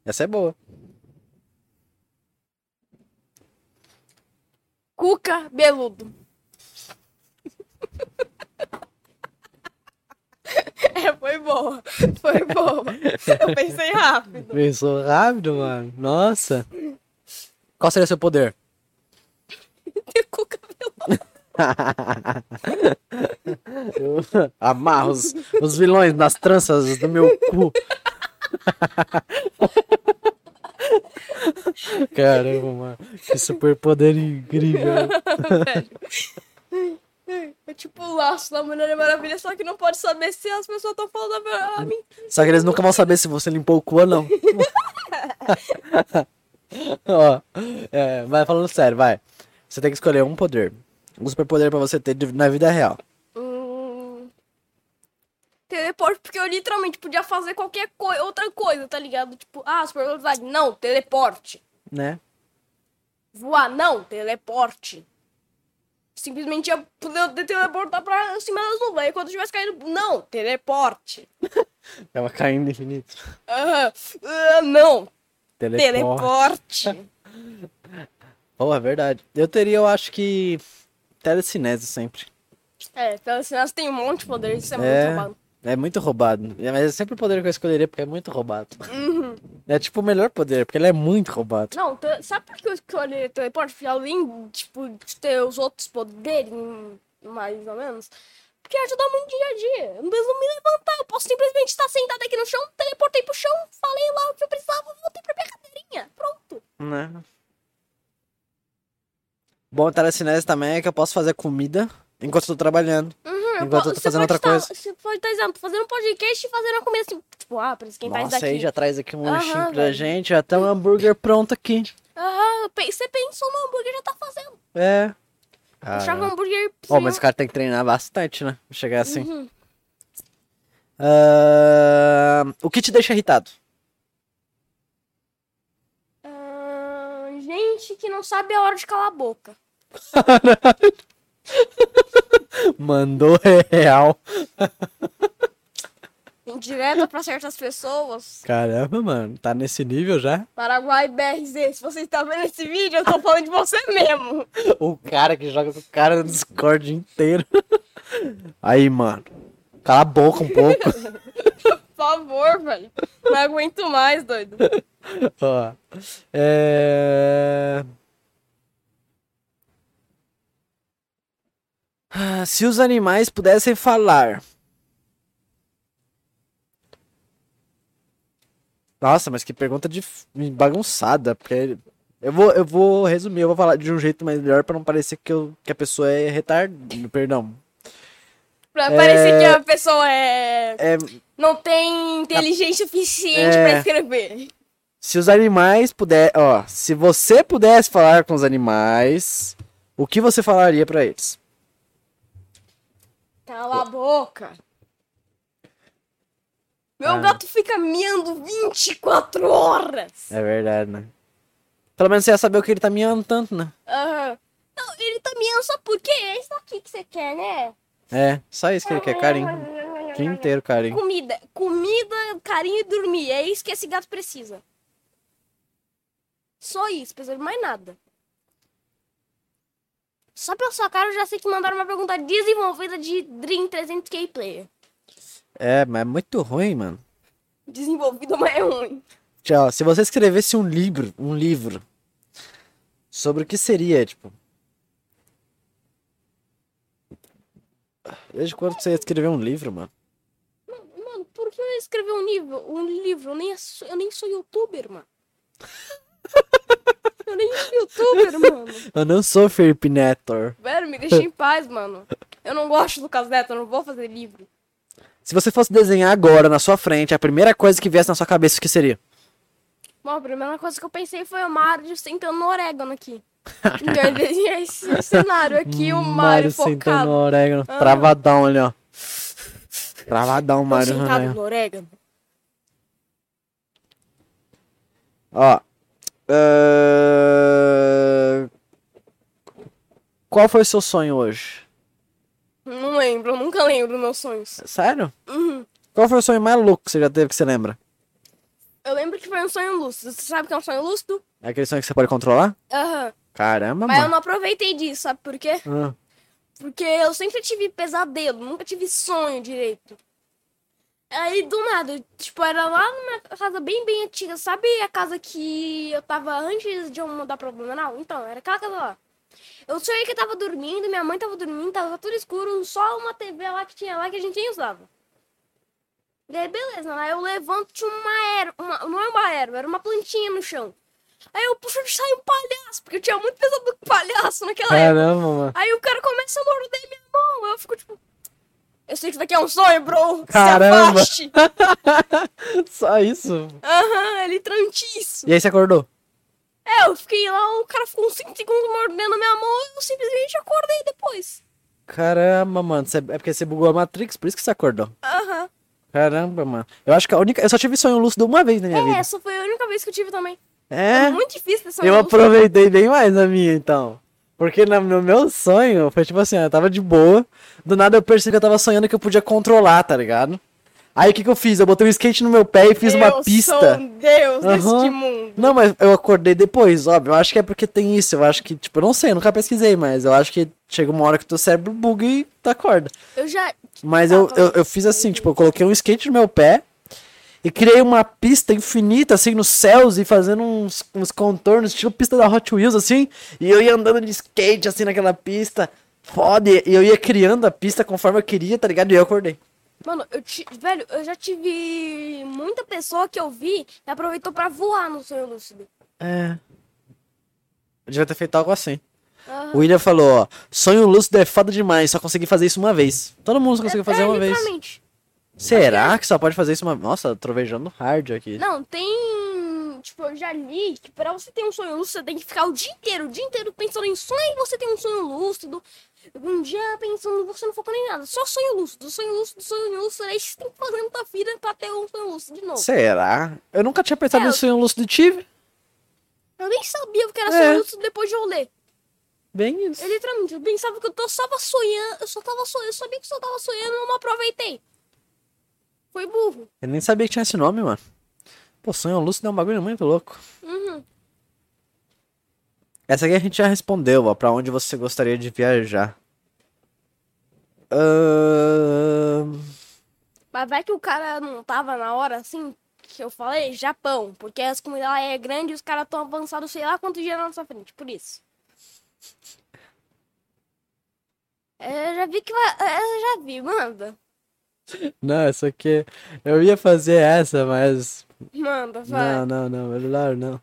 A: Essa é boa.
B: Cuca Beludo. É, foi boa. Foi boa. Eu pensei rápido.
A: Pensou rápido, mano. Nossa. Qual seria o seu poder?
B: Cuca Beludo.
A: Eu amarro os, os vilões nas tranças do meu cu. Caramba, mano. Que superpoder incrível.
B: velho. É tipo o laço da Mulher Maravilha, só que não pode saber se as pessoas estão falando a ver- a mim.
A: Só que eles nunca vão saber se você limpou o cu ou não. Ó, é, vai falando sério, vai. Você tem que escolher um poder. Um superpoder pra você ter de- na vida real.
B: Hum... Teleporte, porque eu literalmente podia fazer qualquer coisa, outra coisa, tá ligado? Tipo, ah, super velocidade. Não, teleporte.
A: Né?
B: Voar, não, teleporte. Simplesmente ia poder de- teleportar pra cima das nuvens. Aí quando eu tivesse caindo, não, teleporte.
A: Tava caindo infinito.
B: Ah, ah, não,
A: Teleporte.
B: teleporte.
A: Oh, é verdade. Eu teria, eu acho que. Telecinese sempre.
B: é, telecinese tem um monte de poder, isso é,
A: É.
B: muito roubado.
A: É muito roubado. É, Mas é sempre o poder que eu escolheria, porque é muito roubado.
B: Uhum.
A: É tipo o melhor poder, porque ele é muito roubado.
B: Não, te- sabe por que eu escolhi teleporte? Porque além, tipo, de ter os outros poderes, mais ou menos, porque ajuda muito no dia a dia. Eu não preciso me levantar, eu posso simplesmente estar sentada aqui no chão, teleportei pro chão, falei lá o que eu precisava, voltei pra minha cadeirinha. Pronto.
A: Né? Bom, telecinese também é que eu posso fazer comida enquanto eu tô trabalhando.
B: Uhum, eu
A: Enquanto
B: po-
A: eu tô
B: você
A: fazendo
B: pode
A: outra
B: estar-
A: coisa.
B: Você pode estar, exemplo, fazendo um podcast e fazendo uma comida assim, tipo, ah, pra esquentar isso
A: Nossa, aí
B: daqui.
A: já traz aqui um
B: Aham,
A: lanchinho pra
B: velho.
A: gente. Já tem um hambúrguer pronto aqui.
B: Aham, pe- você pensou no hambúrguer, já tá fazendo.
A: É.
B: Puxar um
A: Caramba.
B: hambúrguer.
A: Ó, mas o cara tem que treinar bastante, né? Pra chegar assim.
B: Uhum.
A: Ahn, Ah, o que te deixa irritado?
B: Ah, gente que não sabe a hora de calar a boca.
A: Mandou real.
B: Indireta pra certas pessoas.
A: Caramba, mano. Tá nesse nível já?
B: Paraguai BRZ, se você está vendo esse vídeo, eu tô falando de você mesmo.
A: O cara que joga com o cara no Discord inteiro. Aí, mano. Cala a boca um pouco.
B: Por favor, velho. Não aguento mais, doido.
A: Ó. É... Ah, Se os animais pudessem falar. Nossa, mas que pergunta dif- bagunçada. Porque eu vou, eu vou resumir, eu vou falar de um jeito melhor pra não parecer que, eu, que a pessoa é retardada. Perdão.
B: Pra parecer que a pessoa é...
A: É,
B: não tem inteligência suficiente
A: É.
B: pra escrever.
A: Se os animais puder, ó, se você pudesse falar com os animais, o que você falaria pra eles?
B: Cala a boca.
A: Ah.
B: Meu gato fica miando 24 horas.
A: É verdade, né? Pelo menos você ia saber o que ele tá miando tanto, né?
B: Aham. Não, ele tá miando só porque é isso aqui que você quer, né?
A: É, só isso que ele quer, carinho. O dia inteiro, carinho.
B: Comida, comida, carinho e dormir. É isso que esse gato precisa. Só isso, precisa de mais nada. Só pela sua cara eu já sei que mandaram uma pergunta desenvolvida de Dream 300k player.
A: É, mas é muito ruim, mano.
B: Desenvolvida, mas é ruim.
A: Tchau, se você escrevesse um livro, um livro sobre o que seria, tipo. Desde quando você ia escrever um livro, mano?
B: Mano, por que eu ia escrever um livro? Um livro? Eu nem, sou- eu nem sou youtuber, mano. eu nem sou youtuber, mano.
A: Eu não sou Felipe Neto.
B: Velho, me deixa em paz, mano. Eu não gosto do Lucas Neto, eu não vou fazer livro.
A: Se você fosse desenhar agora na sua frente, a primeira coisa que viesse na sua cabeça, o que seria?
B: Bom, a primeira coisa que eu pensei foi o Mario sentando no orégano aqui. então eu desenhei esse cenário aqui, o Mario
A: Hum, sentando no
B: focado.
A: orégano.
B: Ah.
A: Travadão ali, ó. Travadão,
B: Tô
A: Mário. né?
B: sentado no orégano.
A: Ó. ahn, Qual foi o seu sonho hoje?
B: Não lembro, eu nunca lembro meus sonhos.
A: Sério?
B: Uhum.
A: Qual foi o sonho mais louco que você já teve que você lembra?
B: Eu lembro que foi um sonho lúcido. Você sabe o que é um sonho lúcido?
A: É aquele sonho que você pode controlar?
B: Aham.
A: Caramba,
B: Mas eu
A: mano.
B: não aproveitei disso, sabe por quê?
A: Ah,
B: Porque eu sempre tive pesadelo, nunca tive sonho direito. Aí do nada, tipo, era lá numa casa bem, bem antiga, sabe a casa que eu tava antes de eu mudar pra Blumenau? Então, era aquela casa lá. Eu sonhei que eu tava dormindo, minha mãe tava dormindo, tava tudo escuro, só uma TV lá que tinha lá que a gente nem usava. E aí, beleza, aí eu levanto, tinha uma erva, uma- não é uma erva, era uma plantinha no chão. Aí eu puxo, sai um palhaço, porque eu tinha muito pesadelo com palhaço naquela época.
A: Caramba, mano.
B: Aí o cara começa a morder minha mão. Eu fico tipo. Eu sei que isso daqui é um sonho, bro.
A: Caramba.
B: Se afaste. Aham,
A: Só isso?
B: ele trantiço.
A: E aí você acordou?
B: É, eu fiquei lá, o cara ficou uns 5 segundos mordendo minha mão e eu simplesmente acordei depois.
A: Caramba, mano. você- É porque você bugou a Matrix, por isso que você acordou.
B: Aham.
A: Caramba, mano. Eu acho que a única. Eu só tive sonho lúcido uma vez na minha
B: É,
A: vida.
B: essa foi a única vez que eu tive também.
A: É.
B: Muito difícil ter sonho.
A: Eu
B: lúcido.
A: aproveitei bem mais a minha, então. Porque na- no meu sonho, foi tipo assim, eu tava de boa. Do nada eu percebi que eu tava sonhando que eu podia controlar, tá ligado? Aí o que que eu fiz? Eu botei um skate no meu pé e fiz
B: Eu
A: uma
B: sou
A: pista.
B: um Deus deste
A: Aham.
B: mundo.
A: Não, mas eu acordei depois, óbvio. Eu acho que é porque tem isso. Eu acho que, tipo, eu não sei, eu nunca pesquisei, mas eu acho que chega uma hora que o teu cérebro buga e tu acorda.
B: Eu já.
A: Mas
B: Tá,
A: eu,
B: tá.
A: eu, eu fiz assim, tipo, eu coloquei um skate no meu pé e criei uma pista infinita, assim, nos céus e fazendo uns, uns contornos, estilo pista da Hot Wheels, assim. E eu ia andando de skate, assim, naquela pista. Foda, e eu ia criando a pista conforme eu queria, tá ligado? E eu acordei.
B: Mano, eu ti... velho, eu já tive muita pessoa que eu vi que aproveitou pra voar no sonho lúcido.
A: É. Eu devia ter feito algo assim.
B: Aham.
A: O William falou, ó, sonho lúcido é foda demais, só consegui fazer isso uma vez. Todo mundo só conseguiu fazer
B: É,
A: uma vez.
B: literalmente.
A: Será
B: é-
A: que só pode fazer isso uma... Nossa, trovejando hard aqui.
B: Não, tem. Tipo, eu já li que pra você ter um sonho lúcido, você tem que ficar o dia inteiro, o dia inteiro pensando em sonho, você tem um sonho lúcido. Um dia pensando, você não focou em nada. Só sonho lúcido, sonho lúcido, sonho lúcido. Aí você tem que fazer na tua vida pra ter um sonho lúcido de novo.
A: Será? Eu nunca tinha pensado
B: É,
A: no
B: eu-
A: sonho lúcido tive.
B: Eu nem sabia o que era
A: É.
B: sonho lúcido depois de eu ler.
A: Bem isso.
B: Eu literalmente eu pensava que eu tô- só tava sonhando, eu só tava sonhando, eu sabia que só tava sonhando, eu não aproveitei. Foi burro.
A: Eu nem sabia que tinha esse nome, mano. Pô, sonho lúcido é um bagulho muito louco.
B: Uhum.
A: Essa aqui a gente já respondeu, ó. Pra onde você gostaria de viajar? Ahn,
B: Mas vai que o cara não tava na hora assim que eu falei, Japão, porque as comidas lá é grande e os caras tão avançados sei lá quantos dias na nossa frente, por isso. É, Eu já vi que vai. é, Eu já vi, manda.
A: Não, essa aqui. Eu ia fazer essa, mas.
B: Manda, vai.
A: Não, não, não. Melhor não.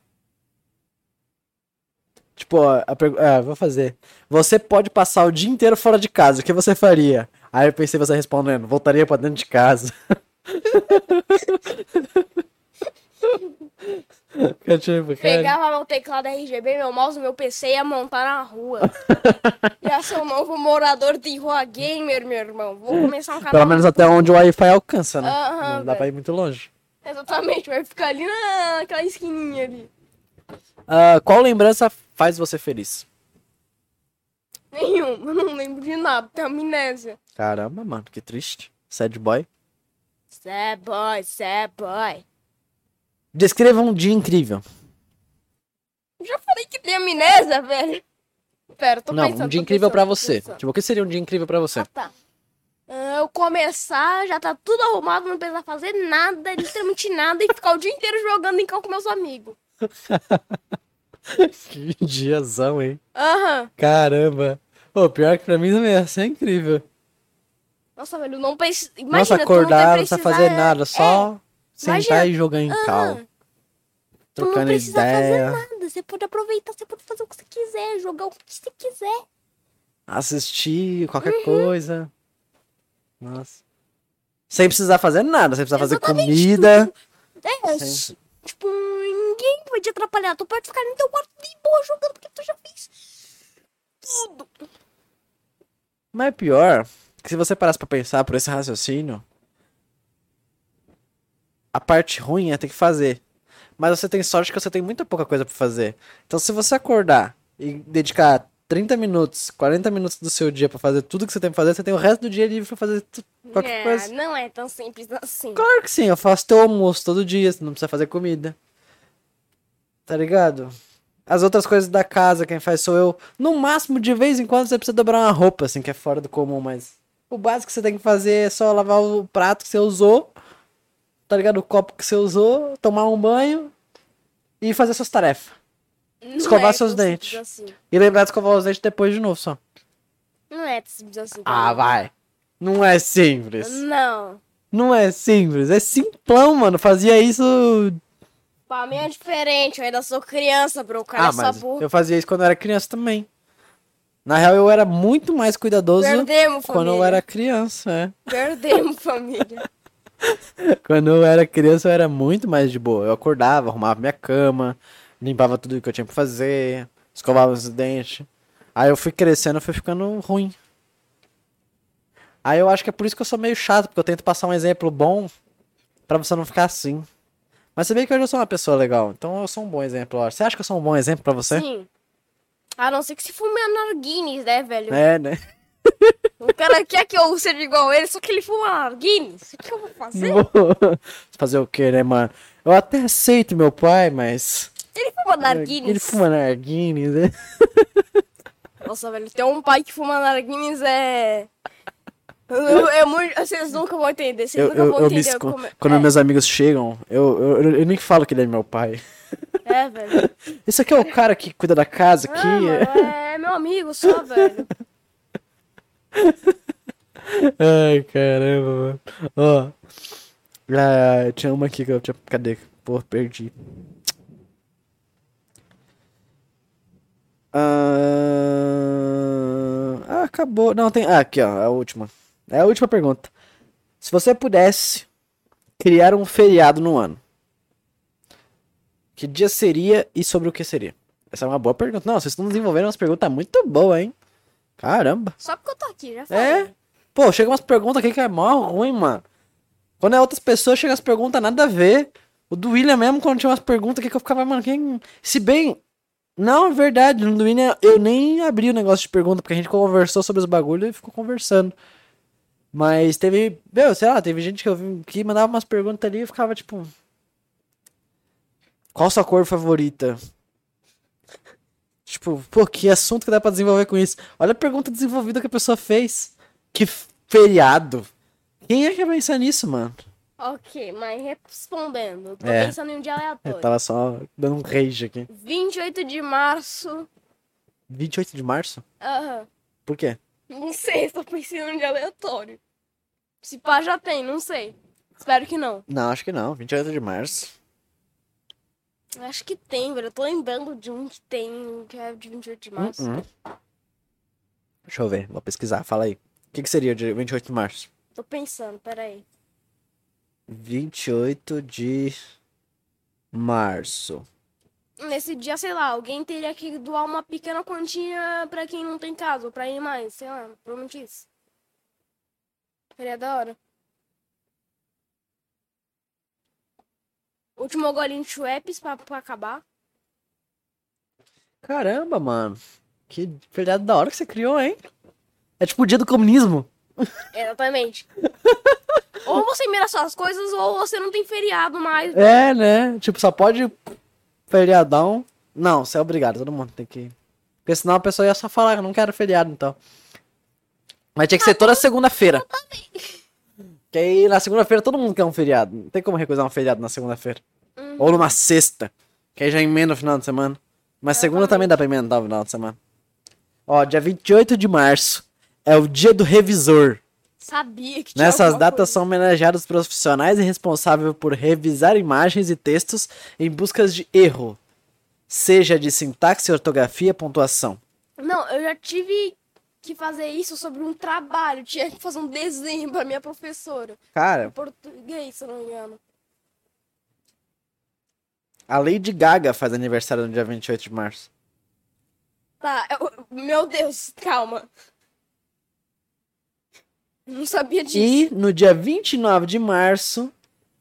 A: Tipo, ó, a pergu- ah, vou fazer. Você pode passar o dia inteiro fora de casa, o que você faria? Aí eu pensei você respondendo, voltaria pra dentro de casa. Fica tipo, cara.
B: Pegava meu teclado RGB, meu mouse, meu PC e ia montar na rua. Já sou um novo morador de rua gamer, meu irmão. Vou começar um canal.
A: Pelo menos até onde o Wi-Fi alcança, né?
B: Aham,
A: Não dá
B: velho.
A: pra ir muito longe.
B: Exatamente, vai ficar ali na- naquela esquininha ali.
A: Ah, qual lembrança faz você feliz?
B: Nenhuma, não lembro de nada, tenho amnésia.
A: Caramba, mano, que triste. Sad boy.
B: Sad boy, sad boy.
A: Descreva um dia incrível.
B: Já falei que tem amnésia, velho. Pera, tô
A: Não,
B: pensando.
A: um dia
B: tô
A: incrível
B: pensando,
A: pra
B: tô
A: você.
B: pensando.
A: Tipo, o que seria um dia incrível pra você?
B: Ah, tá. Ah, Eu começar, já tá tudo arrumado, não precisar fazer nada, literalmente nada, e ficar o dia inteiro jogando em campo com meus amigos.
A: Que diazão, hein?
B: Aham.
A: Caramba. Pô, pior que pra mim também ia ser incrível.
B: Nossa, velho, não precisa. Imagina,
A: Nossa,
B: tu
A: acordar,
B: não
A: não precisa fazer nada, só sentar
B: é, Imagina. Ah,
A: e jogar em cal.
B: Aham. Tu não
A: Trocando
B: precisa fazer
A: ideia,
B: nada. Você pode aproveitar, você pode fazer o que você quiser, jogar o que você quiser.
A: assistir qualquer
B: Uhum.
A: coisa. Nossa. Sem precisar fazer nada, sem precisar fazer comida.
B: É,
A: Sim.
B: Tipo, ninguém vai te atrapalhar. Tu pode ficar no teu quarto de boa jogando porque tu já fez tudo.
A: Mas é pior que se você parasse pra pensar por esse raciocínio, a parte ruim é ter que fazer. Mas você tem sorte que você tem muita pouca coisa pra fazer. Então, se você acordar e dedicar 30 minutos, 40 minutos do seu dia pra fazer tudo que você tem pra fazer, você tem o resto do dia livre pra fazer tu- qualquer
B: É,
A: coisa.
B: não é tão simples assim.
A: Claro que sim, eu faço teu almoço todo dia, você não precisa fazer comida. Tá ligado? As outras coisas da casa, quem faz sou eu. No máximo, de vez em quando, você precisa dobrar uma roupa, assim, que é fora do comum, mas. O básico que você tem que fazer é só lavar o prato que você usou, tá ligado? O copo que você usou, tomar um banho e fazer suas tarefas.
B: Não
A: Escovar
B: é
A: seus
B: tão
A: dentes.
B: simples assim.
A: E lembrar de escovar os dentes depois de novo só.
B: Não é tão simples assim.
A: Ah, vai. Não é simples.
B: Não.
A: Não é simples. É simplão, mano. Fazia isso.
B: Pra mim é diferente, eu ainda sou criança, bro. O cara
A: ah,
B: é só
A: mas
B: burro.
A: eu fazia isso quando eu era criança também. Na real, eu era muito mais cuidadoso
B: Perdemos,
A: quando
B: família.
A: eu era criança, é.
B: Perdemos, família.
A: Quando eu era criança, eu era muito mais de boa. Eu acordava, arrumava minha cama, limpava tudo que eu tinha pra fazer, escovava os dentes. Aí eu fui crescendo, fui ficando ruim. Aí eu acho que é por isso que eu sou meio chato, porque eu tento passar um exemplo bom pra você não ficar assim. Mas você vê que hoje eu sou uma pessoa legal, então eu sou um bom exemplo, eu acho. Você acha que eu sou um bom exemplo pra você?
B: Sim. A não ser que se fume a Narguinis, né, velho?
A: É, né?
B: O cara quer que eu seja igual ele, só que ele fuma Narguinis. O que eu vou fazer?
A: Não vou Fazer o quê, né, mano? Eu até aceito meu pai, mas.
B: Ele fuma Narguinis.
A: Ele fuma narguines, né?
B: Nossa, velho, ter um pai que fuma Narguinis é... É muito... Vocês nunca vão entender. Vocês
A: Eu,
B: nunca
A: eu,
B: vão
A: eu me
B: entender
A: esco-
B: um como...
A: Quando
B: é,
A: meus amigos chegam, eu, eu, eu- eu nem falo que ele é meu pai.
B: é, velho.
A: Esse aqui é o cara que cuida da casa aqui.
B: Ah, mano, é meu amigo só, velho.
A: Ai, caramba, mano. Ó. Ah, tinha uma aqui que eu tinha. Cadê? Pô, perdi. Ah, ah, acabou. Não, tem. Ah, aqui, ó. É a última. É a última pergunta. Se você pudesse criar um feriado no ano, que dia seria e sobre o que seria? Essa é uma boa pergunta. Não, vocês estão desenvolvendo umas perguntas muito boas, hein? Caramba.
B: Só porque eu tô aqui, já falei.
A: É? Pô, chega umas perguntas aqui que é mó ruim, mano. Quando é outras pessoas, chega as perguntas nada a ver. O do William mesmo, quando tinha umas perguntas aqui que eu ficava, mano, quem. Se bem. Não, é verdade, no do William eu nem abri o negócio de pergunta, porque a gente conversou sobre os bagulhos e ficou conversando. Mas teve. Meu, sei lá, teve gente que eu vi que mandava umas perguntas ali e eu ficava tipo. Qual sua cor favorita? Tipo, pô, que assunto que dá pra desenvolver com isso? Olha a pergunta desenvolvida que a pessoa fez. Que feriado. Quem é que vai pensar nisso, mano?
B: Ok, mas respondendo. eu Tô
A: É.
B: pensando em um dia
A: Eu
B: aleatório.
A: tava só dando um rage aqui.
B: 28 de março.
A: 28 de março?
B: Aham.
A: Por quê?
B: Não sei, tô pensando de aleatório. Se pá, já tem, não sei. Espero que não.
A: Não, acho que não. 28 de março.
B: Eu Acho que tem, velho. Eu tô lembrando de um que tem, que é de 28 de março.
A: Uh-uh. Deixa eu ver, vou pesquisar. Fala aí. O que, que seria de 28 de março?
B: Tô pensando, peraí.
A: 28 de março.
B: Nesse dia, sei lá, alguém teria que doar uma pequena quantia pra quem não tem casa, ou pra ir mais, sei lá, provavelmente isso. Seria da hora. Último golinho de Schweppes pra, pra acabar.
A: Caramba, mano. Que feriado da hora que você criou, hein? É tipo o dia do comunismo.
B: Exatamente. ou você mira suas coisas ou você não tem feriado mais.
A: É, né? Tipo, só pode feriadão. Não, você é obrigado, todo mundo tem que. Porque senão a pessoa ia só falar, eu não quero feriado, então. Mas tinha que ser toda segunda-feira. Que aí na segunda-feira todo mundo quer um feriado. Não tem como recusar um feriado na segunda-feira.
B: Uhum.
A: Ou numa sexta. Que aí já emenda o final de semana. Mas segunda também dá pra emendar o final de semana. Ó, dia 28 de março é o dia do revisor.
B: Sabia que tinha
A: Nessas
B: alguma
A: datas
B: coisa.
A: são homenageados profissionais e responsáveis por revisar imagens e textos em buscas de erro, seja de sintaxe, ortografia, pontuação.
B: Não, eu já tive que fazer isso sobre um trabalho. Tinha que fazer um desenho pra minha professora.
A: Cara,
B: Português, se eu não me engano.
A: a Lady Gaga faz aniversário no dia 28 de março.
B: Tá, eu- meu Deus, calma. Não sabia disso.
A: E no dia 29 de março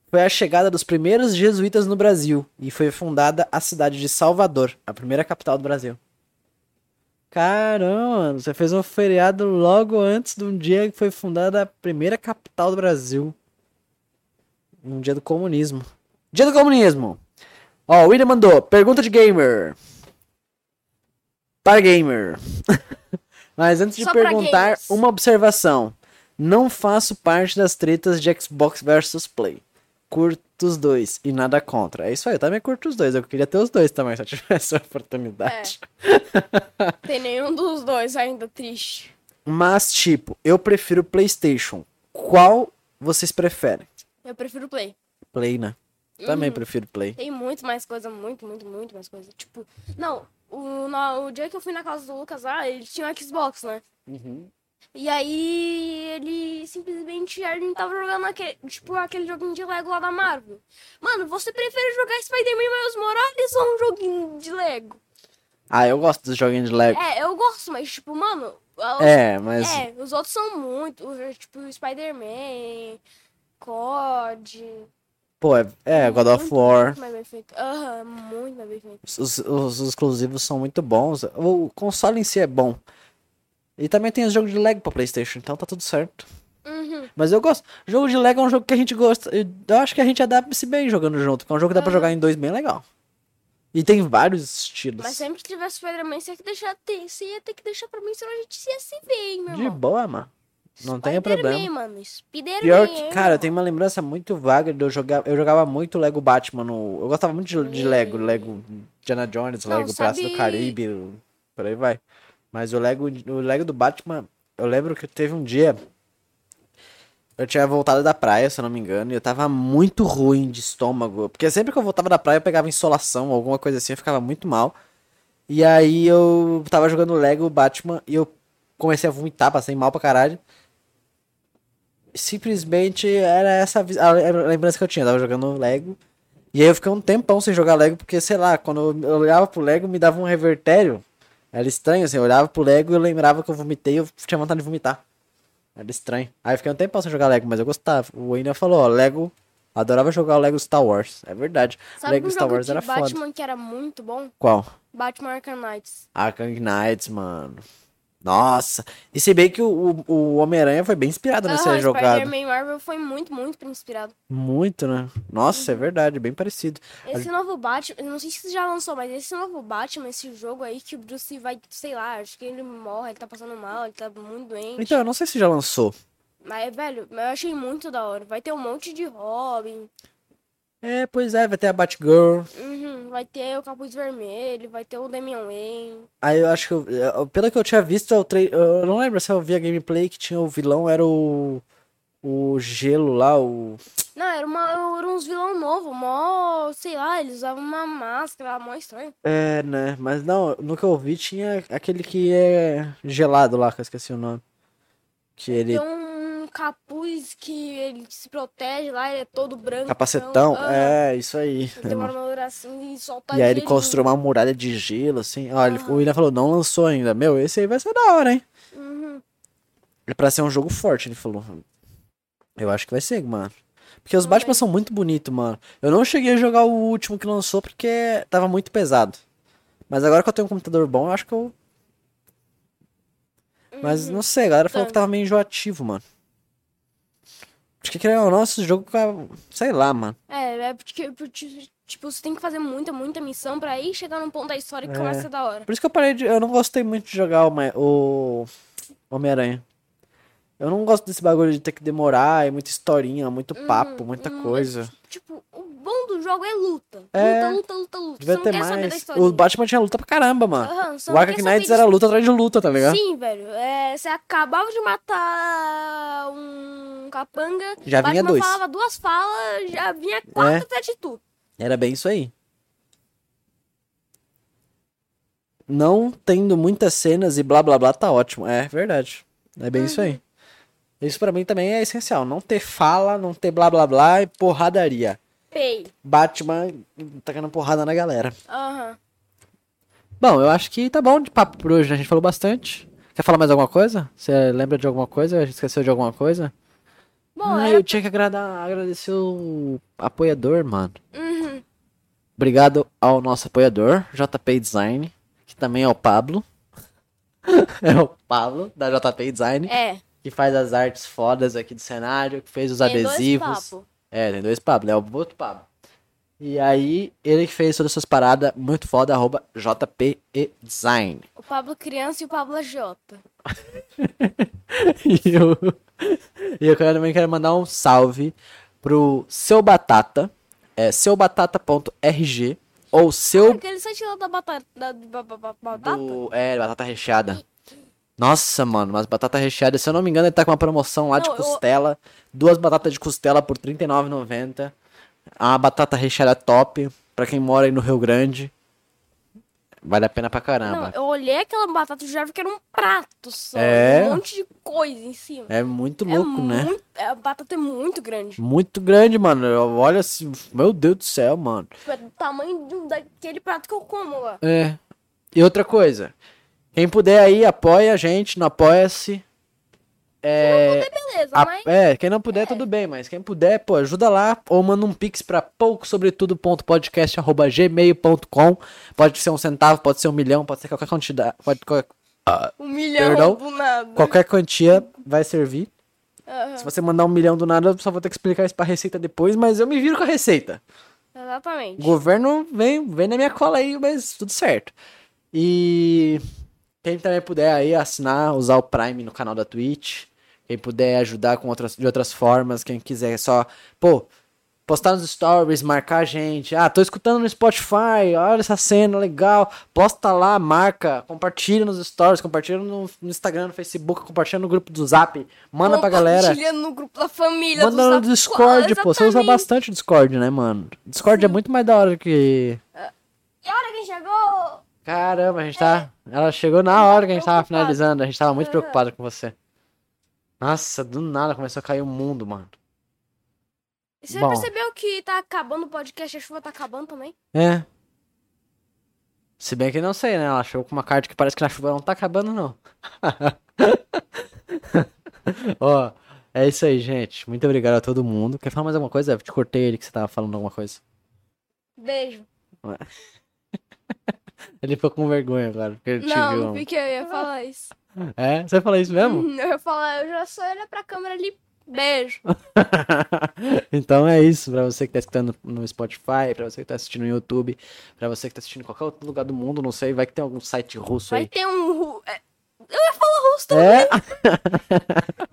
A: foi a chegada dos primeiros jesuítas no Brasil e foi fundada a cidade de Salvador, a primeira capital do Brasil. Caramba, você fez um feriado logo antes de um dia que foi fundada a primeira capital do Brasil. Um dia do comunismo. Dia do comunismo! Ó, o William mandou. Pergunta de gamer. Para gamer. Mas antes de
B: Só pra
A: perguntar,
B: gamers.
A: uma observação. Não faço parte das tretas de Xbox versus Play. Curto os dois e nada contra. É isso aí, eu também curto os dois. Eu queria ter os dois também, se eu tivesse a oportunidade.
B: É. Tem nenhum dos dois ainda triste.
A: Mas, tipo, eu prefiro PlayStation. Qual vocês preferem?
B: Eu prefiro o Play.
A: Play, né? Também
B: Uhum.
A: prefiro Play.
B: Tem muito mais coisa, muito, muito, muito mais coisa. Tipo, não, o, na- o dia que eu fui na casa do Lucas lá, ele tinha um Xbox, né? E aí ele simplesmente ele tava jogando aquele, tipo, aquele joguinho de Lego lá da Marvel. Mano, você prefere jogar Spider-Man Miles Morales ou um joguinho de Lego?
A: Ah, eu gosto dos joguinhos de Lego.
B: É, eu gosto, mas tipo, mano, a-
A: É, mas.
B: É, os outros são muito, os- tipo Spider-Man, COD.
A: Pô, é, é God of
B: muito,
A: War.
B: Muito mais bem feito. Aham, muito mais bem feito.
A: Os, os- os exclusivos são muito bons. O console em si é bom. E também tem os jogos de Lego pra PlayStation, então tá tudo certo.
B: Uhum.
A: Mas eu gosto. Jogo de Lego é um jogo que a gente gosta. Eu eu acho que a gente adapta-se bem jogando junto, porque é um jogo que dá pra
B: Aham.
A: jogar em dois bem legal. E tem vários estilos.
B: Mas é sempre que tivesse Spider-Man, você ia, que deixar, ter- você ia ter que deixar pra mim, senão a gente ia se ver, hein, meu
A: De
B: irmão.
A: boa, mano. Não tenha problema.
B: Spider-Man, mano. Spider-Man.
A: Pior que,
B: hein,
A: cara, eu
B: mano.
A: tenho uma lembrança muito vaga de eu jogar. Eu jogava muito Lego Batman no. Eu gostava muito de, de Lego,
B: Hum.
A: Lego Indiana Jones,
B: Não,
A: Lego Praça do
B: sabe-
A: Caribe, o- por aí vai. Mas o Lego, o Lego do Batman, eu lembro que teve um dia. Eu tinha voltado da praia, se eu não me engano, e eu tava muito ruim de estômago. Porque sempre que eu voltava da praia, eu pegava insolação, alguma coisa assim, eu ficava muito mal. E aí eu tava jogando Lego Batman e eu comecei a vomitar, passei mal pra caralho. Simplesmente era essa vi- a a lembrança que eu tinha, eu tava jogando Lego. E aí eu fiquei um tempão sem jogar Lego, porque, sei lá, quando eu olhava pro Lego, me dava um revertério. Era estranho, assim, eu olhava pro Lego e eu lembrava que eu vomitei e eu tinha vontade de vomitar. Era estranho. Aí eu fiquei um tempão sem jogar Lego, mas eu gostava. O Wayne falou, ó, Lego... Adorava jogar o Lego Star Wars, é verdade.
B: Sabe
A: Lego
B: um
A: Star
B: jogo
A: Wars
B: de
A: era foda.
B: Batman que era muito bom?
A: Qual?
B: Batman Arkham Knights.
A: Arkham Knights, mano. Nossa. E se bem que o, o, o Homem-Aranha foi bem inspirado nessa
B: Aham,
A: jogada.
B: Spider-Man Marvel foi muito, muito inspirado.
A: Muito, né? Nossa,
B: Uhum.
A: é verdade, bem parecido.
B: Esse novo Batman, eu não sei se já lançou, mas esse novo Batman, esse jogo aí que o Bruce vai, sei lá, acho que ele morre, ele tá passando mal, ele tá muito doente.
A: Então, eu não sei se já lançou.
B: Mas, velho, eu achei muito da hora. Vai ter um monte de Robin,
A: É, pois é, vai ter a Batgirl.
B: uhum, vai ter o Capuz Vermelho, vai ter o Damian Wayne.
A: Aí eu acho que. eu- eu- pelo que eu tinha visto, eu, tre... eu não lembro se eu vi a gameplay que tinha o vilão, era o. O gelo lá, o.
B: Não, era, uma, era uns vilão novo, mó, sei lá, eles usavam uma máscara, mó estranho.
A: É, né? Mas não, no que eu vi tinha aquele que é gelado lá, que eu esqueci o nome. Que ele
B: Tem um capuz que ele se protege lá, ele é todo branco.
A: Capacetão?
B: aham.
A: É, isso aí.
B: Ele tem uma armadura assim e
A: E
B: solta
A: aí ele
B: gelinho.
A: construiu uma muralha de gelo, assim. Ó, ele-
B: Aham.
A: o William falou, não lançou ainda. Meu, esse aí vai ser da hora, hein?
B: Uhum.
A: É pra ser um jogo forte, ele falou. Eu acho que vai ser, mano. Porque os
B: Também.
A: Batman são muito bonitos, mano. Eu não cheguei a jogar o último que lançou porque tava muito pesado. Mas agora que eu tenho um computador bom, eu acho que eu. Mas não sei, a galera falou que
B: Tá.
A: tava meio enjoativo, mano. Acho que querendo ou não, esse jogo. fica- Sei lá, mano.
B: É, é porque, porque, tipo, você tem que fazer muita, muita missão pra aí chegar num ponto da história que
A: É.
B: começa a ser da hora.
A: Por isso que eu parei de. Eu não gostei muito de jogar o, Ma- o Homem-Aranha. Eu não gosto desse bagulho de ter que demorar, é muita historinha, muito papo, muita
B: hum,
A: coisa.
B: Tipo, o bom do jogo é luta.
A: É.
B: Luta, luta, luta, luta.
A: Devia
B: você não
A: ter
B: quer saber da
A: mais.
B: história.
A: O Batman tinha luta pra caramba, mano.
B: Aham, você
A: o
B: não
A: Arkham
B: quer saber
A: Knights
B: de-
A: era luta atrás de luta, tá ligado?
B: Sim, velho. É, você acabava de matar um capanga.
A: Já vinha
B: Batman
A: dois. É.
B: falava duas falas, já vinha quatro até de tudo.
A: Era bem isso aí. Não tendo muitas cenas e blá blá blá tá ótimo. É verdade. É bem isso
B: Uhum.
A: aí. Isso pra mim também é essencial. Não ter fala, não ter blá blá blá e porradaria.
B: Pei.
A: Batman tacando porrada na galera.
B: Aham.
A: Bom, eu acho que tá bom de papo por hoje, né? A gente falou bastante. Quer falar mais alguma coisa? Você lembra de alguma coisa? Esqueceu de alguma coisa?
B: Bom,
A: ah,
B: era...
A: eu tinha que agradar, agradecer o apoiador, mano.
B: Uhum.
A: Obrigado ao nosso apoiador, JP Design, que também é o Pablo. é o Pablo, da JP Design,
B: É,
A: que faz as artes fodas aqui do cenário, que fez os
B: tem dois
A: adesivos.
B: papos.
A: É, tem dois Pablo, é o outro Pablo. E aí, ele que fez todas essas paradas, muito foda, arroba JPE Design.
B: O Pablo criança e o Pablo Jota.
A: E eu, e eu quero- também quero mandar um salve pro Seu Batata, é seubatata.rg ou seu
B: Aquele site lá da batata. Da, ba- ba- ba- batata?
A: do, é, batata recheada. Nossa, mano, mas batata recheada, se eu não me engano, ele tá com uma promoção lá de
B: Não, eu-
A: costela. Duas batatas de costela por R$39,90. A É batata recheada top, pra quem mora aí no Rio Grande. Vale a pena pra
B: Não,
A: caramba.
B: eu olhei aquela batata e já vi que era um prato só.
A: É.
B: Um monte de coisa em cima.
A: É muito louco, né?
B: muito, A batata é muito grande.
A: Muito grande, mano. Eu- Olha assim, meu Deus do céu, mano.
B: Tipo, é do tamanho do- daquele prato que eu como lá.
A: É. E outra coisa. Quem puder aí, apoia a gente no Apoia-se. É,
B: Beleza,
A: a-
B: mas.
A: é, quem não puder, tudo bem, mas quem puder, pô, ajuda lá ou manda um pix pra poucosobretudo.podcast.gmail.com. Pode ser um centavo, pode ser um milhão, pode ser qualquer quantidade. Pode, qual-
B: Um milhão
A: Perdão?
B: do nada.
A: qualquer quantia vai servir.
B: Aham,
A: Se você mandar um milhão do nada, eu só vou ter que explicar isso pra receita depois, mas eu me viro com a receita. O
B: Exatamente.
A: governo vem, vem na minha cola aí, mas tudo certo. E quem também puder aí assinar, usar o Prime no canal da Twitch. Quem puder ajudar com outras, de outras formas, quem quiser é só, pô, postar nos stories, marcar a gente. Ah, tô escutando no Spotify, olha essa cena legal. Posta lá, marca, compartilha nos stories, compartilha no no Instagram, no Facebook, compartilha no grupo do Zap, manda pra galera.
B: Compartilha no grupo da família.
A: Manda no
B: dos amigos.
A: Discord, pô. Você usa
B: Exatamente.
A: bastante o Discord, né, mano? Discord é muito mais da hora que.
B: E olha quem chegou!
A: Caramba, a gente tá. Ela chegou na hora que a gente tava
B: Preocupado. É.
A: finalizando. A gente tava muito
B: Aham.
A: preocupado com você. Nossa, do nada começou a cair o mundo, mano.
B: E Você
A: Bom.
B: percebeu que tá acabando o podcast? A chuva tá acabando também?
A: É. Se bem que não sei, né? Ela chegou com uma carta que parece que na chuva não tá acabando, não. Ó, é isso aí, gente. Muito obrigado a todo mundo. Quer falar mais alguma coisa? Eu te cortei ele que você tava falando alguma coisa.
B: Beijo.
A: Ele ficou com vergonha agora, porque ele te
B: não,
A: viu.
B: não fiquei, eu ia falar isso.
A: É? Você vai falar isso mesmo?
B: Hum, Eu ia falar, eu já só olho pra câmera ali. Beijo.
A: então é isso. Pra você que tá escutando no Spotify, pra você que tá assistindo no YouTube, pra você que tá assistindo em qualquer outro lugar do mundo, não sei, vai que tem algum site russo
B: Vai
A: aí.
B: ter um. ru- é, Eu ia falar russo também.
A: É?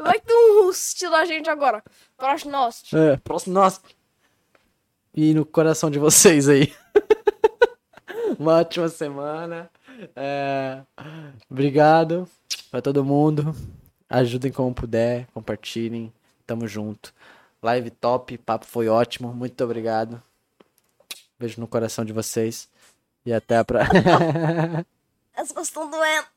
B: Vai ter um russo assistindo a gente agora. Prost nós.
A: é. Próximo, nossa. E no coração de vocês aí. Uma ótima semana. É, Obrigado pra todo mundo. Ajudem como puder, compartilhem. Tamo junto. Live top, papo foi ótimo. Muito obrigado. Beijo no coração de vocês. E até a próxima.
B: As costas estão doendo.